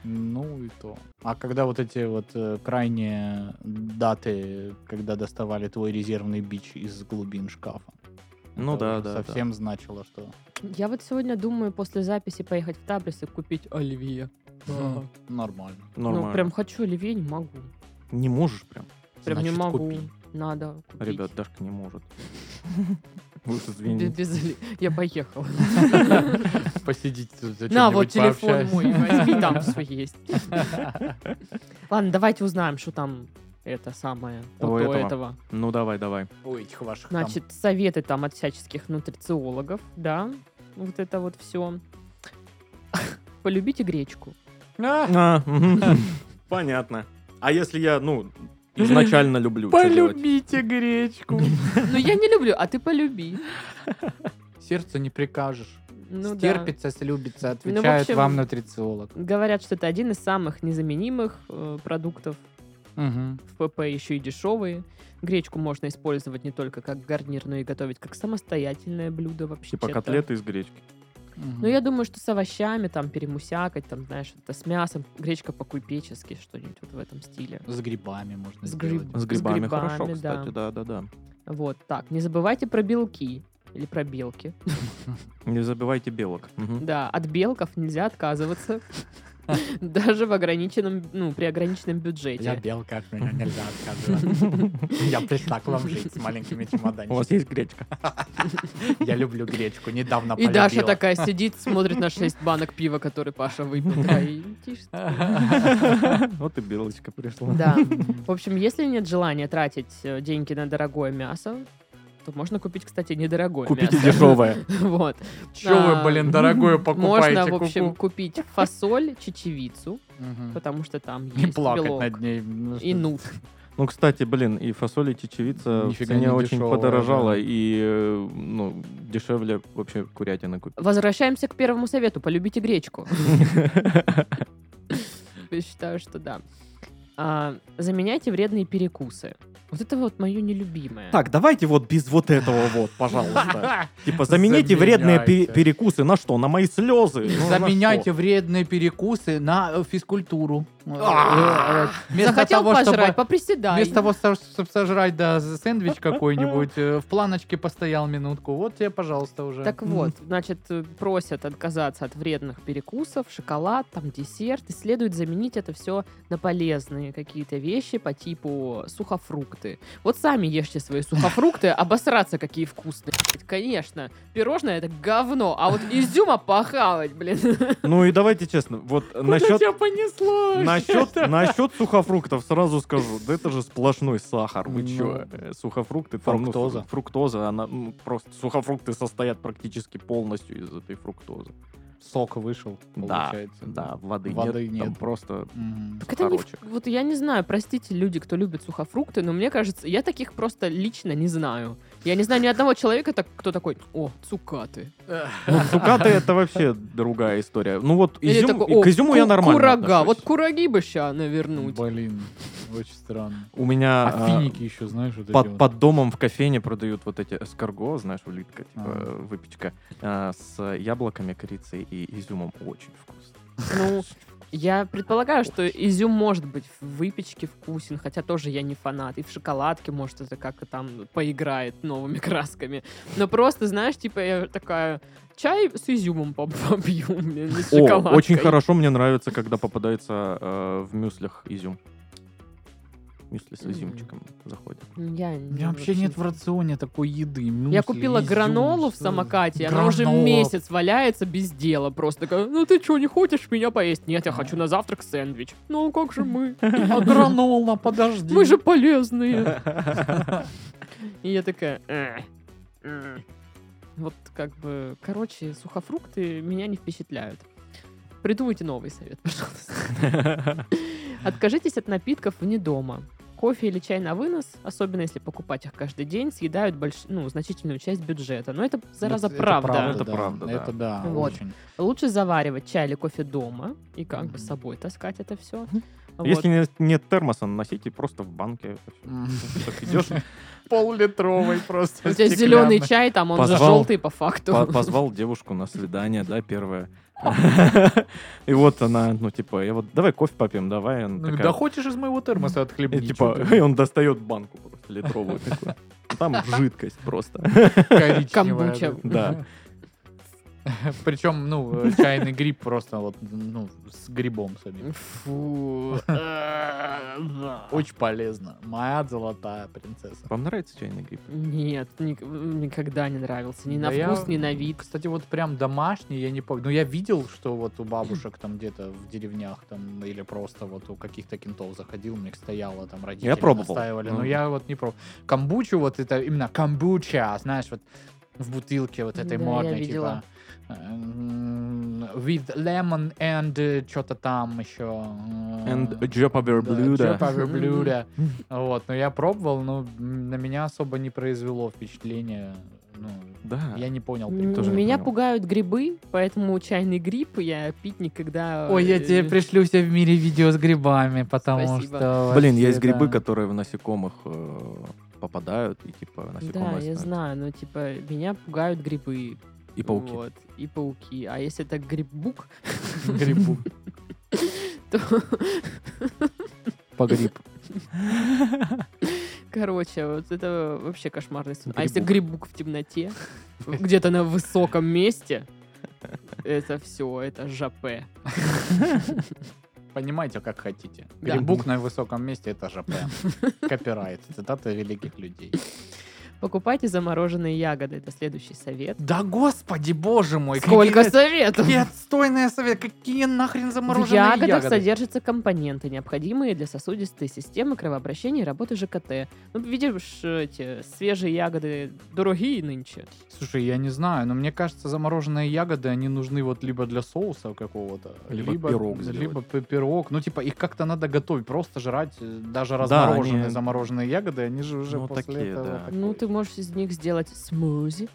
Speaker 2: Ну и то. А когда вот эти вот э, крайние даты, когда доставали твой резервный бич из глубин шкафа.
Speaker 3: Ну
Speaker 2: это
Speaker 3: да,
Speaker 2: уже
Speaker 3: да, да.
Speaker 2: Совсем значило, что...
Speaker 1: Я вот сегодня думаю после записи поехать в Таблис и купить оливье. А.
Speaker 2: Нормально.
Speaker 1: Ну, прям хочу оливье, не могу.
Speaker 3: Не можешь прям.
Speaker 1: Прям не
Speaker 2: Значит,
Speaker 1: могу.
Speaker 2: купи.
Speaker 1: Надо купить.
Speaker 3: Ребят, Дашка не может. Вы уж
Speaker 1: Без-
Speaker 3: извините.
Speaker 1: без оли- Я поехала.
Speaker 2: Посидите тут
Speaker 1: На, вот
Speaker 2: зачем-нибудь
Speaker 1: телефон
Speaker 2: пообщаюсь.
Speaker 1: мой, возьми, там все есть. Ладно, давайте узнаем, что там это самое.
Speaker 3: У
Speaker 1: Вот у
Speaker 3: этого.
Speaker 1: этого.
Speaker 3: Ну, давай, давай.
Speaker 2: Ой, этих ваших там.
Speaker 1: Значит, советы там от всяческих нутрициологов, да. Вот это вот все. Полюбите гречку.
Speaker 2: А,
Speaker 3: А, мгм. Понятно. А если я, ну, изначально люблю что делать?
Speaker 2: Полюбите гречку.
Speaker 1: Ну, я не люблю, а ты полюби.
Speaker 2: Сердцу не прикажешь.
Speaker 1: Ну, да.
Speaker 2: Стерпится, слюбится,
Speaker 1: Ну, в
Speaker 2: отвечает
Speaker 1: общем-
Speaker 2: вам нутрициолог.
Speaker 1: Говорят, что это один из самых незаменимых э, продуктов.
Speaker 2: Мгм.
Speaker 1: В ПП еще и дешевые. Гречку можно использовать не только как гарнир, но и готовить как самостоятельное блюдо вообще.
Speaker 3: Типа котлеты из гречки.
Speaker 2: Мгм.
Speaker 1: Ну, я думаю, что с овощами, там, перемусякать, там, знаешь, это с мясом, гречка по-кульпечески, что-нибудь вот в этом стиле.
Speaker 2: С грибами можно
Speaker 1: С
Speaker 2: сделать.
Speaker 1: гриб-
Speaker 3: С грибами хорошо,
Speaker 1: грибами, да.
Speaker 3: кстати, да-да-да.
Speaker 1: Вот так. Не забывайте про белки. Или про белки.
Speaker 3: Не забивайте белок. Мгм.
Speaker 1: Да, от белков нельзя отказываться. Даже в ограниченном, ну, при ограниченном
Speaker 4: Я
Speaker 1: бюджете.
Speaker 4: белка, от меня нельзя отказываться. Я пришла к вам жить с маленькими
Speaker 3: У вас
Speaker 4: чемоданчиками.
Speaker 3: есть гречка?
Speaker 4: Я люблю гречку, недавно
Speaker 1: И
Speaker 2: а
Speaker 4: полюбила.
Speaker 1: Даша такая сидит, смотрит на 6 банок пива, которые Паша выпил. такая, «И тише ты».
Speaker 3: Вот и белочка пришла.
Speaker 1: Да. В общем, если нет желания тратить э, деньги на дорогое мясо, то можно купить, кстати, недорогое
Speaker 3: Купите
Speaker 1: мясо.
Speaker 3: дешевое.
Speaker 1: Вот. А,
Speaker 2: Че вы, блин, дорогое покупаете?
Speaker 1: Можно, в общем,
Speaker 2: ку-ку?
Speaker 1: купить фасоль, чечевицу,
Speaker 2: Мгм.
Speaker 1: потому что там
Speaker 2: Не
Speaker 1: есть
Speaker 2: плакать
Speaker 1: белок.
Speaker 2: над ней. ну,
Speaker 1: И
Speaker 2: что-
Speaker 1: нут.
Speaker 3: Ну, кстати, блин, и фасоль, и чечевица в
Speaker 2: Нифига
Speaker 3: цене
Speaker 2: не
Speaker 3: очень
Speaker 2: дешевая,
Speaker 3: подорожала,
Speaker 2: да.
Speaker 3: и, э, ну, дешевле вообще курятины купить.
Speaker 1: Возвращаемся к первому совету. Полюбите гречку. Я считаю, что да. А, заменяйте вредные перекусы. Вот это вот мое нелюбимое.
Speaker 3: Так, давайте вот без вот этого вот, пожалуйста. Типа, замените
Speaker 2: Заменяйте.
Speaker 3: вредные пе- перекусы на что? На мои слезы? Ну, на
Speaker 2: Заменяйте
Speaker 3: что?
Speaker 2: вредные перекусы на э, физкультуру.
Speaker 3: А.
Speaker 2: Э, э,
Speaker 1: Захотел пожрать,
Speaker 2: чтобы-
Speaker 1: поприседай.
Speaker 2: Вместо того, чтобы сожрать, да, с- сэндвич какой-нибудь, э, в планочке постоял минутку. Вот тебе, пожалуйста, уже.
Speaker 1: Так вот, значит, э, просят отказаться от вредных перекусов, шоколад, там десерт, и следует заменить это все на полезные какие-то вещи по типу сухофрукты. Вот сами ешьте свои сухофрукты, обосраться какие вкусные. блядь. Конечно, пирожное это говно, а вот изюма похавать, блин.
Speaker 3: Ну и давайте честно, вот насчет...
Speaker 2: понесло?
Speaker 3: Насчет, насчет сухофруктов сразу скажу, да это же сплошной сахар, вы
Speaker 2: Ну.
Speaker 3: чё? Э, Сухофрукты, там, ну,
Speaker 2: Фруктоза.
Speaker 3: фруктоза, она ну, просто, сухофрукты состоят практически полностью из этой фруктозы.
Speaker 2: Сок вышел,
Speaker 3: Да,
Speaker 2: получается.
Speaker 3: Да, воды,
Speaker 2: Воды
Speaker 3: нет, там
Speaker 2: нет.
Speaker 3: просто
Speaker 2: Мгм.
Speaker 1: Так это не в-
Speaker 3: Сахарочек.
Speaker 1: Вот я не знаю, простите, люди, кто любит сухофрукты, но мне кажется, я таких просто лично не знаю. Я не знаю ни одного человека, так- кто такой, о, цукаты.
Speaker 3: Ну, цукаты это вообще другая история. Ну вот
Speaker 1: Или
Speaker 3: изюм-
Speaker 1: такой, «О,
Speaker 3: к изюму я
Speaker 1: ку-
Speaker 3: нормально
Speaker 1: Курага,
Speaker 3: отношусь.
Speaker 1: вот кураги бы ща навернуть.
Speaker 2: Блин, очень странно.
Speaker 3: У меня
Speaker 2: А
Speaker 3: а,
Speaker 2: финики еще, знаешь, вот эти
Speaker 3: под,
Speaker 2: вот.
Speaker 3: под домом в кофейне продают вот эти эскарго, знаешь, улитка, типа
Speaker 2: А.
Speaker 3: э, выпечка, а, с яблоками, корицей и изюмом. Очень вкусно.
Speaker 1: Ну, я предполагаю, что изюм может быть в выпечке вкусен, хотя тоже я не фанат. И в шоколадке, может, это как-то там поиграет новыми красками. Но просто, знаешь, типа я такая, чай с изюмом поп- попью, блин, не с
Speaker 3: О,
Speaker 1: шоколадкой.
Speaker 3: очень хорошо мне нравится, когда попадается э, в мюслях изюм. Мюсли с
Speaker 1: Мгм.
Speaker 3: изюмчиком заходит.
Speaker 1: Я,
Speaker 2: У меня вообще нет в рационе такой еды. мюсли,
Speaker 1: Я купила
Speaker 2: изюм,
Speaker 1: гранолу в
Speaker 2: Ну, что-
Speaker 1: самокате, она уже
Speaker 2: Гранола.
Speaker 1: месяц валяется без дела. Просто такая, ну ты что, не хочешь меня поесть? Нет, я хочу на завтрак сэндвич. Ну как же мы?
Speaker 2: А гранола, подожди.
Speaker 1: Мы же полезные. И я такая... «Э, э». Вот как бы... Короче, сухофрукты меня не впечатляют. Придумайте новый совет, пожалуйста. Откажитесь от напитков вне дома. Кофе или чай на вынос, особенно если покупать их каждый день, съедают больш- ну, значительную часть бюджета. Но это, зараза,
Speaker 2: Это- это
Speaker 1: правда.
Speaker 3: Ну, Это правда, да.
Speaker 2: Это да,
Speaker 1: Вот.
Speaker 2: очень.
Speaker 1: Лучше заваривать чай или кофе дома и как бы с
Speaker 2: Мгм.
Speaker 1: собой таскать это все.
Speaker 3: Если не- нет термоса, носите просто в банке.
Speaker 2: М.
Speaker 3: Так идешь,
Speaker 2: Пол-литровый просто.
Speaker 1: У тебя
Speaker 2: стеклянный.
Speaker 1: зеленый чай, там он же
Speaker 3: Позвал-
Speaker 1: желтый по факту.
Speaker 3: По- позвал девушку на свидание, да, первое. И вот она, ну, типа, я вот, давай кофе попьем, давай. Она
Speaker 2: Ну,
Speaker 3: такая,
Speaker 2: Да хочешь из моего термоса
Speaker 3: и,
Speaker 2: отхлебнить?
Speaker 3: типа,
Speaker 2: чё
Speaker 3: и
Speaker 2: ты,
Speaker 3: он достает банку просто литровую такую. Там жидкость просто.
Speaker 2: коричневая,
Speaker 1: Камбуча.
Speaker 3: Да.
Speaker 2: Причем, ну, э, чайный гриб просто вот, ну, с грибом сами.
Speaker 1: Фу. э, да.
Speaker 2: Очень полезно. Моя золотая принцесса.
Speaker 3: Вам нравится чайный гриб?
Speaker 1: Нет, ник- никогда не нравился. Ни на
Speaker 2: Да я,
Speaker 1: вкус, ни на вид.
Speaker 2: Кстати, вот прям домашний, я не помню. Ну, я видел, что вот у бабушек там где-то в деревнях там или просто вот у каких-то кентов заходил, у них стояло там родители.
Speaker 3: Я пробовал. Ну
Speaker 2: настаивали, но
Speaker 3: Мгм.
Speaker 2: я вот не пробовал. Камбучу вот это именно камбуча, знаешь, вот в бутылке вот этой
Speaker 1: Да, я
Speaker 2: модной,
Speaker 1: видела.
Speaker 2: типа эм, with lemon and что-то там еще.
Speaker 1: А,
Speaker 3: And
Speaker 2: э,
Speaker 3: Japa
Speaker 2: да,
Speaker 3: Верблюда.
Speaker 2: джепа верблюда. Вот, но я пробовал, но м, на меня особо не произвело впечатление. Ну,
Speaker 3: Да.
Speaker 2: я не понял.
Speaker 1: М,
Speaker 3: А. тоже не
Speaker 1: Меня
Speaker 3: понял.
Speaker 1: пугают грибы, поэтому чайный гриб я пить никогда...
Speaker 2: Ой, я
Speaker 1: э,
Speaker 2: тебе пришлю все в мире видео с грибами, потому
Speaker 1: Спасибо.
Speaker 2: что...
Speaker 3: Блин,
Speaker 2: вообще,
Speaker 3: есть грибы,
Speaker 2: да.
Speaker 3: которые в насекомых э, попадают, и типа
Speaker 1: Да, я
Speaker 3: насекомые становятся.
Speaker 1: знаю, но типа меня пугают грибы.
Speaker 3: И пауки.
Speaker 1: Вот, и пауки. А если это грибук,
Speaker 2: Грибу.
Speaker 1: то,
Speaker 2: По гриб.
Speaker 1: короче, вот это вообще кошмарный сон. А
Speaker 2: Грибук.
Speaker 1: если грибук в темноте, где-то на высоком месте, это все, это жапе.
Speaker 2: Понимаете, как хотите.
Speaker 1: Да.
Speaker 2: Грибук на высоком месте — это ЖП. Копирайт. Цитата великих людей.
Speaker 1: Покупайте замороженные ягоды, это следующий совет.
Speaker 2: Да господи, боже мой!
Speaker 1: Сколько
Speaker 2: какие-
Speaker 1: советов!
Speaker 2: Какие отстойные советы! Какие нахрен
Speaker 1: В
Speaker 2: замороженные
Speaker 1: ягодах
Speaker 2: ягоды?
Speaker 1: содержатся компоненты, необходимые для сосудистой системы кровообращения и работы ЖКТ. Ну, видишь, эти свежие ягоды дорогие нынче.
Speaker 2: Слушай, я не знаю, но мне кажется, замороженные ягоды, они нужны вот либо для соуса какого-то,
Speaker 3: Либо пирог заливать.
Speaker 2: либо пи- пирог. Ну, типа, их как-то надо готовить, просто жрать э, даже размороженные
Speaker 3: они-
Speaker 2: замороженные ягоды, они же уже
Speaker 3: Ну,
Speaker 2: после
Speaker 3: такие,
Speaker 2: этого...
Speaker 3: да.
Speaker 2: такой-
Speaker 1: Ну, ты можешь из них сделать смузи.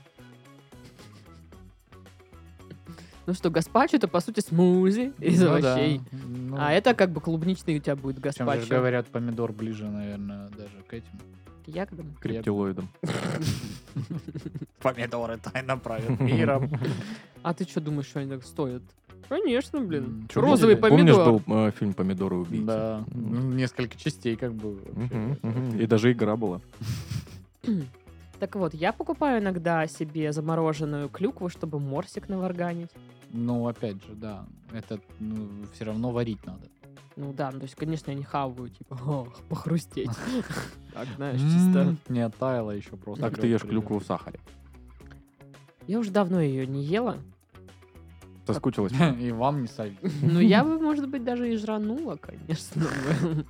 Speaker 1: Ну что, гаспачо это по сути смузи из
Speaker 2: Ну да,
Speaker 1: овощей.
Speaker 2: ну,
Speaker 1: А это как бы клубничный у тебя будет
Speaker 2: причем же
Speaker 1: гаспачо.
Speaker 2: говорят, помидор ближе, наверное, даже к этим.
Speaker 1: К ягодам.
Speaker 2: К ягодам.
Speaker 3: Рептилоидом.
Speaker 2: Помидоры тайно правят миром.
Speaker 1: А ты что думаешь, что они так стоят? Конечно, блин.
Speaker 2: М,
Speaker 3: Чё,
Speaker 1: Розовый
Speaker 2: видели?
Speaker 1: помидор.
Speaker 3: Помнишь, был э, фильм «Помидоры убийцы»?
Speaker 2: Да,
Speaker 3: М.
Speaker 2: ну, несколько частей как бы. вообще.
Speaker 3: Мгм, мгм. И даже игра была.
Speaker 1: Так вот, я покупаю иногда себе замороженную клюкву, чтобы морсик наварганить.
Speaker 2: Ну, опять же, да, это все равно варить надо.
Speaker 1: Ну да, ну то есть, конечно, я не хаваю, типа, «Ох, похрустеть. Так, знаешь, чисто.
Speaker 2: М, Не оттаяло еще просто.
Speaker 3: Так М-м. А ты ешь клюкву в сахаре.
Speaker 1: Я уже давно ее не ела.
Speaker 3: Соскучилась?
Speaker 2: И вам не советую.
Speaker 1: Ну, я бы, может быть, даже и жранула, конечно. бы.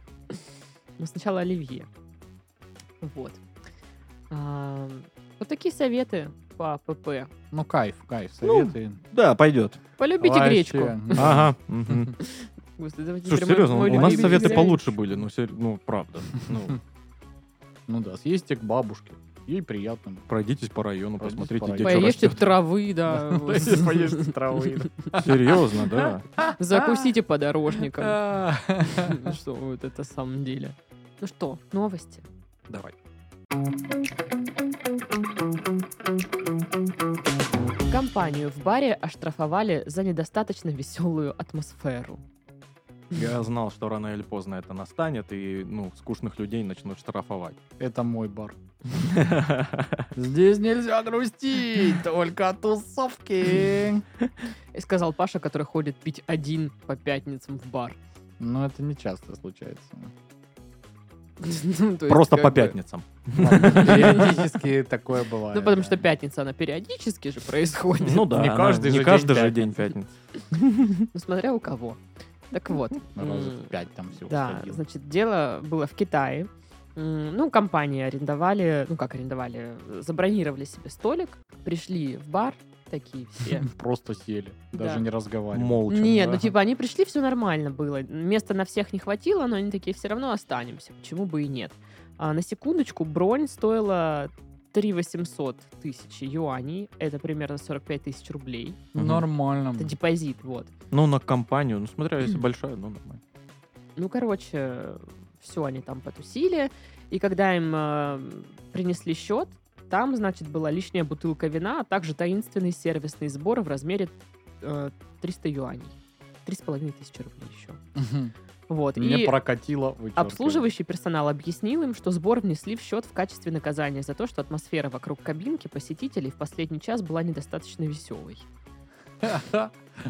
Speaker 1: Но сначала оливье. Вот. А, Вот такие советы по ПП.
Speaker 2: Ну, кайф, кайф, советы.
Speaker 3: Да, пойдет.
Speaker 1: Полюбите
Speaker 2: Вообще,
Speaker 1: гречку.
Speaker 2: да.
Speaker 3: Ага. мгм.
Speaker 1: Господи, это
Speaker 3: Слушай,
Speaker 1: теперь мой-
Speaker 3: серьезно,
Speaker 1: мой
Speaker 3: у нас
Speaker 1: любимый
Speaker 3: советы
Speaker 1: совет.
Speaker 3: получше были, ну, сер- ну правда. Ну,
Speaker 2: Ну да, съездите к бабушке. Ей приятно.
Speaker 3: Пройдитесь по району,
Speaker 2: Пройдитесь
Speaker 3: посмотрите,
Speaker 2: по
Speaker 3: где
Speaker 2: району.
Speaker 3: что
Speaker 1: Поешьте
Speaker 3: растет.
Speaker 1: травы, да. А, вот.
Speaker 4: Поешь травы.
Speaker 3: Серьезно, да.
Speaker 1: Закусите подорожником.
Speaker 2: А.
Speaker 1: Ну Что вот это на самом деле. Ну что, новости?
Speaker 3: Давай.
Speaker 1: Компанию в баре оштрафовали за недостаточно веселую атмосферу.
Speaker 3: Я знал, что рано или поздно это настанет, и, ну, скучных людей начнут штрафовать.
Speaker 2: Это мой бар. Здесь нельзя грустить, только от тусовки.
Speaker 1: И сказал Паша, который ходит пить один по пятницам в бар.
Speaker 2: Но это не часто случается.
Speaker 1: Ну, то есть
Speaker 3: Просто
Speaker 1: как
Speaker 3: по
Speaker 1: бы-
Speaker 3: пятницам.
Speaker 2: Периодически такое бывает.
Speaker 1: Ну, потому
Speaker 2: да.
Speaker 1: что пятница, она периодически же происходит.
Speaker 3: Ну да,
Speaker 2: Не
Speaker 3: она-
Speaker 2: каждый же
Speaker 3: не
Speaker 2: день
Speaker 3: каждый же
Speaker 2: пятница.
Speaker 3: день пятница.
Speaker 1: Ну, смотря у кого. Так вот.
Speaker 3: Ну,
Speaker 2: Морозов
Speaker 1: м,
Speaker 2: пять там всего
Speaker 1: Да,
Speaker 2: сходил.
Speaker 1: значит, дело было в Китае. М, Ну, компании арендовали, ну как арендовали, забронировали себе столик, пришли в бар, такие все.
Speaker 2: Просто сели,
Speaker 1: Да.
Speaker 2: даже не разговаривали.
Speaker 3: Молча.
Speaker 1: Нет,
Speaker 3: да.
Speaker 1: ну типа они пришли, все нормально было. Места на всех не хватило, но они такие, все равно останемся, почему бы и нет. А, на секундочку, бронь стоила 3 800 тысяч юаней, это примерно 45 тысяч рублей.
Speaker 3: Мгм.
Speaker 2: Нормально.
Speaker 1: Это депозит, вот.
Speaker 3: Ну, на компанию, ну, смотря, если большая, ну, нормально.
Speaker 1: Ну, короче, все они там потусили. И когда им э, принесли счет, там, значит, была лишняя бутылка вина, а также таинственный сервисный сбор в размере э, 300 юаней. Три с половиной тысячи рублей еще.
Speaker 2: Мгм.
Speaker 1: Вот.
Speaker 2: Не
Speaker 1: и
Speaker 2: прокатило, вычеркиваю.
Speaker 1: обслуживающий персонал объяснил им, что сбор внесли в счет в качестве наказания за то, что атмосфера вокруг кабинки посетителей в последний час была недостаточно веселой.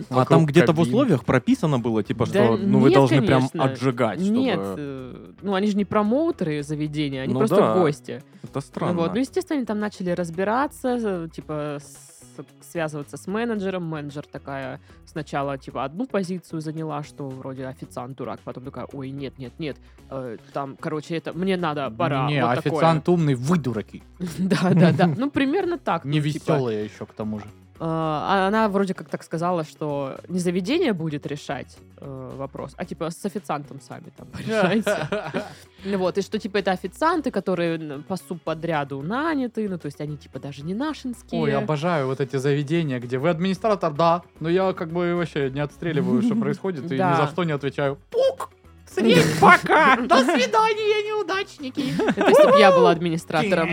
Speaker 3: А там где-то в условиях прописано было, типа,
Speaker 1: Да
Speaker 3: что, ну, вы
Speaker 1: нет,
Speaker 3: должны прям
Speaker 1: конечно.
Speaker 3: отжигать,
Speaker 1: Нет,
Speaker 3: А, чтобы...
Speaker 1: э, ну они же не промоутеры заведения, они
Speaker 3: Ну
Speaker 1: просто
Speaker 3: да.
Speaker 1: гости.
Speaker 3: Это
Speaker 1: Ну
Speaker 3: странно.
Speaker 1: Вот. Ну, естественно, они там начали разбираться, э, типа, с- связываться с менеджером. Менеджер такая сначала, типа, одну позицию заняла, что вроде официант дурак, потом такая, ой, нет, нет, нет, э, там, короче, это мне надо, пора.
Speaker 2: Не,
Speaker 1: вот такое.
Speaker 2: официант умный, вы дураки.
Speaker 1: Да, да, да. Ну, примерно так.
Speaker 2: Не
Speaker 1: ну, типа,
Speaker 2: веселые еще к тому же.
Speaker 1: а, Она вроде как так сказала, что не заведение будет решать э, вопрос, а типа с официантом сами там решайте. Ну Вот, и что типа это официанты, которые н- по субподряду наняты, ну то есть они типа даже не нашинские.
Speaker 2: Ой, а обожаю вот эти заведения, где вы администратор, да, но я как бы вообще не отстреливаю, что происходит, и ни
Speaker 1: Да.
Speaker 2: за что не отвечаю.
Speaker 1: Средь пока! До свидания, неудачники! Это если бы я была администратором.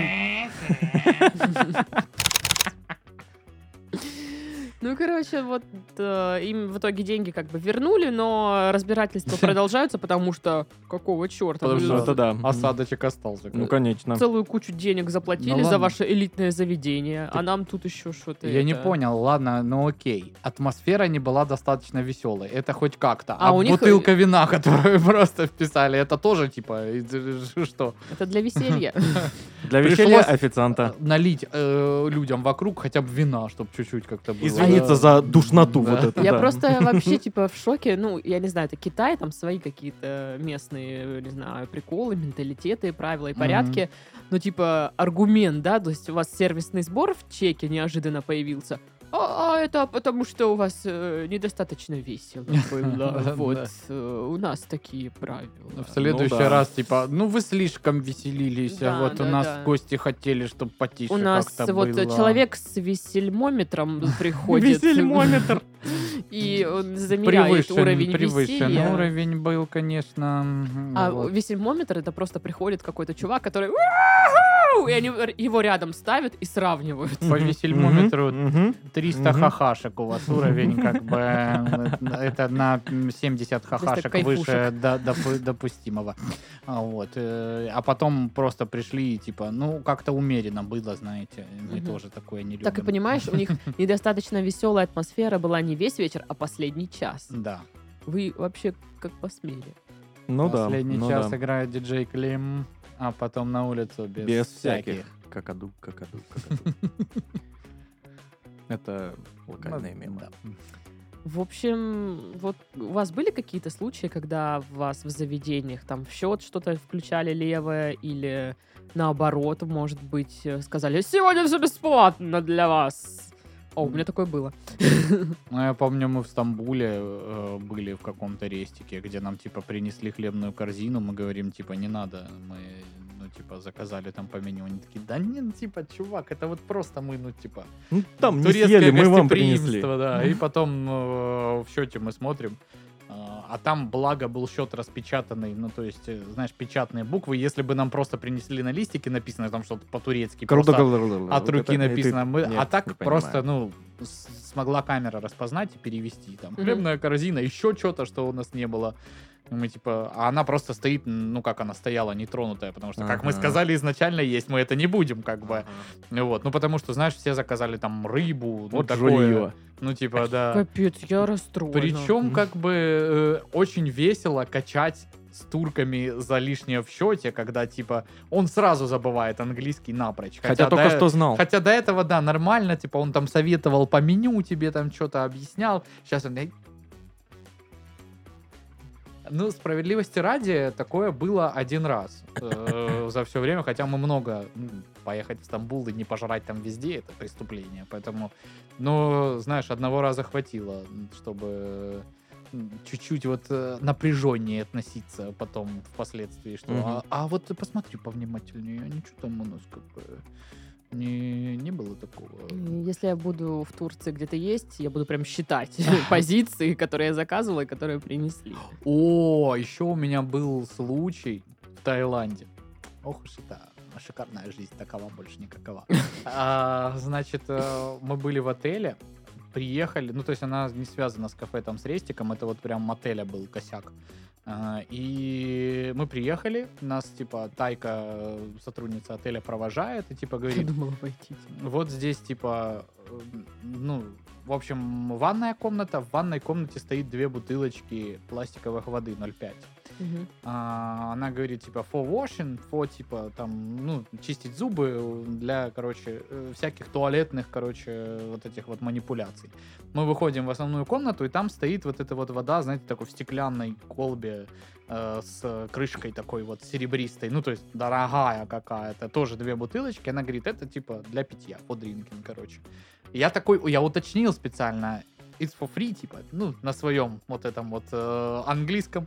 Speaker 1: Ну, короче, вот э, им в итоге деньги как бы вернули, но разбирательства продолжаются, потому что какого черта?
Speaker 3: Потому
Speaker 1: Вы
Speaker 3: что
Speaker 1: за-
Speaker 3: Ну, это да.
Speaker 2: Осадочек остался.
Speaker 3: Ну, конечно.
Speaker 1: Целую кучу денег заплатили
Speaker 2: Ну,
Speaker 1: за
Speaker 2: ладно.
Speaker 1: ваше элитное заведение, а нам тут еще что-то...
Speaker 2: Я не
Speaker 1: это-
Speaker 2: понял, ладно, ну окей. Атмосфера не была достаточно веселой, это хоть как-то.
Speaker 1: А
Speaker 2: А,
Speaker 1: у них-
Speaker 2: бутылка вина, которую просто вписали, это тоже типа, э, что?
Speaker 1: Это для веселья.
Speaker 3: Для
Speaker 2: Пришлось-
Speaker 3: веселья официанта.
Speaker 2: Налить э, людям вокруг хотя бы вина, чтобы чуть-чуть как-то было.
Speaker 3: Извиниться за душноту
Speaker 2: Да.
Speaker 3: вот это.
Speaker 1: Я
Speaker 3: да.
Speaker 1: просто вообще, типа, в шоке. Ну, я не знаю, это Китай, там свои какие-то местные, не знаю, приколы, менталитеты, правила и
Speaker 2: Мгм.
Speaker 1: порядки. Ну, типа, аргумент, да, то есть у вас сервисный сбор в чеке неожиданно появился. А, а это потому что у вас э, недостаточно весело было.
Speaker 2: Да.
Speaker 1: Вот, э, у нас такие правила.
Speaker 2: В следующий
Speaker 3: Ну да.
Speaker 2: раз, типа, ну вы слишком веселились,
Speaker 1: Да,
Speaker 2: а вот
Speaker 1: да,
Speaker 2: у нас
Speaker 1: да.
Speaker 2: гости хотели, чтобы потише
Speaker 1: У нас
Speaker 2: как-то
Speaker 1: вот
Speaker 2: было».
Speaker 1: человек с весельмометром приходит.
Speaker 2: Весельмометр.
Speaker 1: И он замеряет
Speaker 2: превышен,
Speaker 1: уровень
Speaker 2: превышен.
Speaker 1: веселья.
Speaker 2: Уровень был, конечно... м,
Speaker 1: А
Speaker 2: вот.
Speaker 1: весельмометр это просто приходит какой-то чувак, который «Уаху!» и они р- его рядом ставят и сравнивают.
Speaker 2: По весельмометру
Speaker 3: Мгм, мгм.
Speaker 2: 300
Speaker 3: Мгм.
Speaker 2: хахашек у вас уровень, как бы, э, это на м, 70 хахашек выше
Speaker 1: кайфушек.
Speaker 2: до- допу- допустимого. А Вот. э, А потом просто пришли и, типа, ну, как-то умеренно было, знаете, мы
Speaker 1: Мгм.
Speaker 2: тоже такое не любим.
Speaker 1: Так и понимаешь, у них недостаточно веселая атмосфера была не весь вечер, а последний час.
Speaker 2: Да.
Speaker 1: Вы вообще как посмели.
Speaker 3: Ну да.
Speaker 2: Последний
Speaker 3: ну
Speaker 2: час
Speaker 3: да.
Speaker 2: играет диджей Клим, а потом на улицу без,
Speaker 3: Без всяких. Какаду, какаду, какаду. Это локальные
Speaker 2: Ну,
Speaker 3: мемы.
Speaker 2: да.
Speaker 1: В общем, вот у вас были какие-то случаи, когда вас в заведениях там в счет что-то включали левое или наоборот, может быть, э, сказали «Сегодня все бесплатно для вас!» О, у меня такое было.
Speaker 2: Ну, я помню, мы в Стамбуле э, были в каком-то рестике, где нам, типа, принесли хлебную корзину, мы говорим, типа, не надо, мы, ну, типа, заказали там по меню. Они такие, да нет, типа, чувак, это вот просто мы, ну, типа,
Speaker 3: Ну, там не
Speaker 2: турецкое
Speaker 3: съели, мы вам
Speaker 2: гостеприимство,
Speaker 3: принесли.
Speaker 2: Да, и потом э, в счете мы смотрим, э, а там, благо, был счет распечатанный, ну, то есть, э, знаешь, печатные буквы. Если бы нам просто принесли на листике написано там что-то по-турецки, просто
Speaker 3: Э,
Speaker 2: от руки А написано. мы- а так просто, ну, с- смогла камера распознать и перевести. Там
Speaker 1: Мгм.
Speaker 2: хлебная корзина, еще что-то, что у нас не было. И Мы типа, а она просто стоит, ну как она стояла, нетронутая, потому что, как мы
Speaker 3: Ага.
Speaker 2: сказали изначально, есть мы это не будем, как бы. Ну Вот, ну потому что, знаешь, все заказали там рыбу, ну
Speaker 3: Вот
Speaker 2: такое.
Speaker 3: жулье.
Speaker 2: Ну типа, да.
Speaker 1: Капец, я расстроена.
Speaker 2: Причем как бы э, очень весело качать с турками за лишнее в счете, когда типа он сразу забывает английский напрочь.
Speaker 3: Хотя
Speaker 2: до
Speaker 3: только
Speaker 2: э-
Speaker 3: что знал.
Speaker 2: Хотя до этого, да, нормально, типа он там советовал по меню, тебе там что-то объяснял. Сейчас он... «Эй». Ну, справедливости ради, такое было один раз э, за все время, хотя мы много ну, поехать в Стамбул и не пожрать там везде, это преступление, поэтому, ну, знаешь, одного раза хватило, чтобы э, чуть-чуть вот э, напряженнее относиться потом впоследствии, что,
Speaker 3: Мгм.
Speaker 2: а, а вот посмотри повнимательнее, а ничего там у нас как бы не, не было такого.
Speaker 1: Если я буду в Турции где-то есть, я буду прям считать позиции, которые я заказывала и которые принесли.
Speaker 2: О, еще у меня был случай в Таиланде. Ох уж это шикарная жизнь, такова больше никакова. А, значит, э, мы были в отеле, приехали, ну то есть она не связана с кафе там с рестиком, это вот прям мотеля был косяк. А, И мы приехали, нас типа Тайка, э, сотрудница отеля, провожает и типа
Speaker 1: Я
Speaker 2: говорит,
Speaker 1: думала пойти.
Speaker 2: Вот здесь, типа, э, ну, в общем, ванная комната. В ванной комнате стоит две бутылочки пластиковых воды 0,5.
Speaker 1: Мгм.
Speaker 2: А, она говорит, типа, for washing, for, типа, там, ну, чистить зубы для, короче, э, всяких туалетных, короче, вот этих вот манипуляций. Мы выходим в основную комнату, и там стоит вот эта вот вода, знаете, такой в стеклянной колбе э, с крышкой такой вот серебристой, ну, то есть дорогая какая-то, тоже две бутылочки. Она говорит, это, типа, для питья, for drinking, короче. Я такой, я уточнил специально, it's for free, типа, ну, на своем вот этом вот э, английском.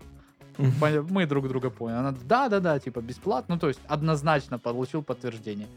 Speaker 3: Мгм.
Speaker 2: Поня- Мы друг друга поняли. Она, да-да-да, типа, бесплатно, ну, то есть однозначно получил подтверждение.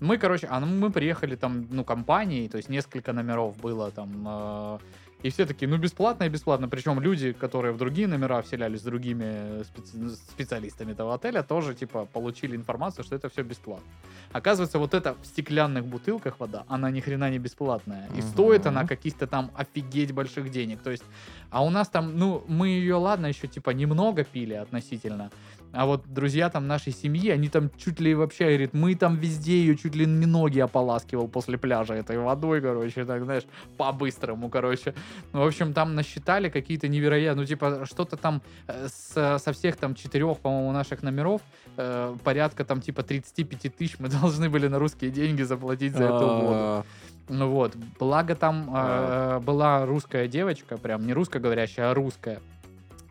Speaker 2: Мы, короче, а ну, мы приехали там, ну, компанией, то есть несколько номеров было там, э, и все такие, ну, бесплатно и бесплатно. Причем люди, которые в другие номера вселялись с другими специ- специалистами этого отеля, тоже, типа, получили информацию, что это все бесплатно. Оказывается, вот эта в стеклянных бутылках вода, она ни хрена не бесплатная. И
Speaker 3: Мгм.
Speaker 2: стоит она каких-то там офигеть больших денег. То есть, а у нас там, ну, мы ее, ладно, еще, типа, немного пили относительно, а вот друзья там нашей семьи, они там чуть ли вообще, говорит, мы там везде ее чуть ли не ноги ополаскивал после пляжа этой водой, короче, так, знаешь, по-быстрому, короче. Ну, в общем, там насчитали какие-то невероятные, ну, типа, что-то там э, с- со всех там четырех, по-моему, наших номеров, э, порядка там типа 35 тысяч мы должны были на русские деньги заплатить за эту воду.
Speaker 3: А,
Speaker 2: Ну вот, благо там
Speaker 3: А.
Speaker 2: э, была русская девочка, прям не русскоговорящая, а русская.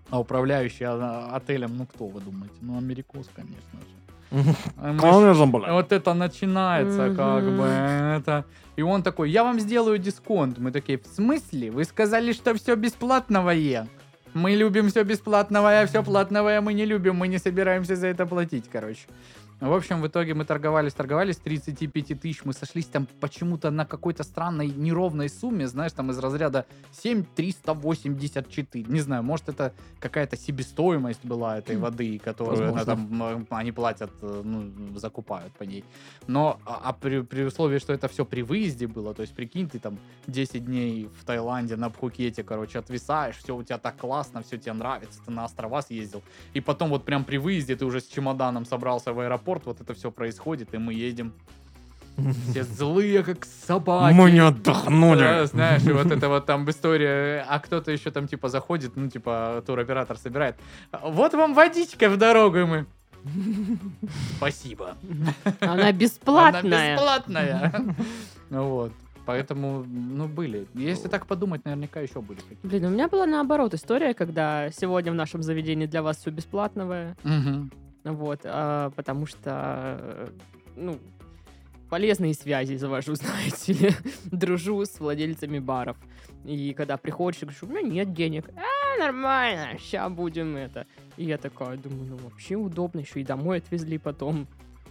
Speaker 2: А управляющая э, отелем, ну кто вы думаете? Ну, америкос, конечно же.
Speaker 3: мгм.
Speaker 2: А мы ж-
Speaker 3: Конечно, блядь.
Speaker 2: Вот это начинается, как
Speaker 1: Мгм.
Speaker 2: бы, это... И он такой, я вам сделаю дисконт. Мы такие, в смысле? Вы сказали, что все бесплатное? Мы любим все бесплатное, а все платное мы не любим, мы не собираемся за это платить, короче. Ну, В общем, в итоге мы торговались, торговались, 35 тысяч, мы сошлись там почему-то на какой-то странной неровной сумме, знаешь, там из разряда 7384, не знаю, может это какая-то себестоимость была этой воды, которую она
Speaker 3: Возможно.
Speaker 2: там, м, они платят, э, ну, закупают по ней. Но а, а при, при условии, что это все при выезде было, то есть прикинь, ты там 10 дней в Таиланде на Пхукете, короче, отвисаешь, все у тебя так классно, все тебе нравится, ты на острова съездил, и потом вот прям при выезде ты уже с чемоданом собрался в аэропорт, вот это все происходит, и мы едем все злые, как собаки.
Speaker 3: Мы не
Speaker 2: Да,
Speaker 3: отдохнули.
Speaker 2: знаешь, и вот это вот там история, а кто-то еще там типа заходит, ну типа туроператор собирает. Вот вам водичка в дорогу, и мы. Спасибо.
Speaker 1: Она
Speaker 2: Она
Speaker 1: бесплатная.
Speaker 2: бесплатная. Ну вот. Поэтому, ну, были. Если так подумать, наверняка еще были какие-то.
Speaker 1: Блин, у меня была наоборот история, когда сегодня в нашем заведении для вас все бесплатное,
Speaker 2: Мгм.
Speaker 1: вот, а, потому что, э, ну, полезные связи завожу, знаете ли, дружу с владельцами баров. И когда приходишь, и говоришь, у меня нет денег. А, нормально, ща будем это. И я такая думаю, ну, вообще удобно, еще и домой отвезли потом.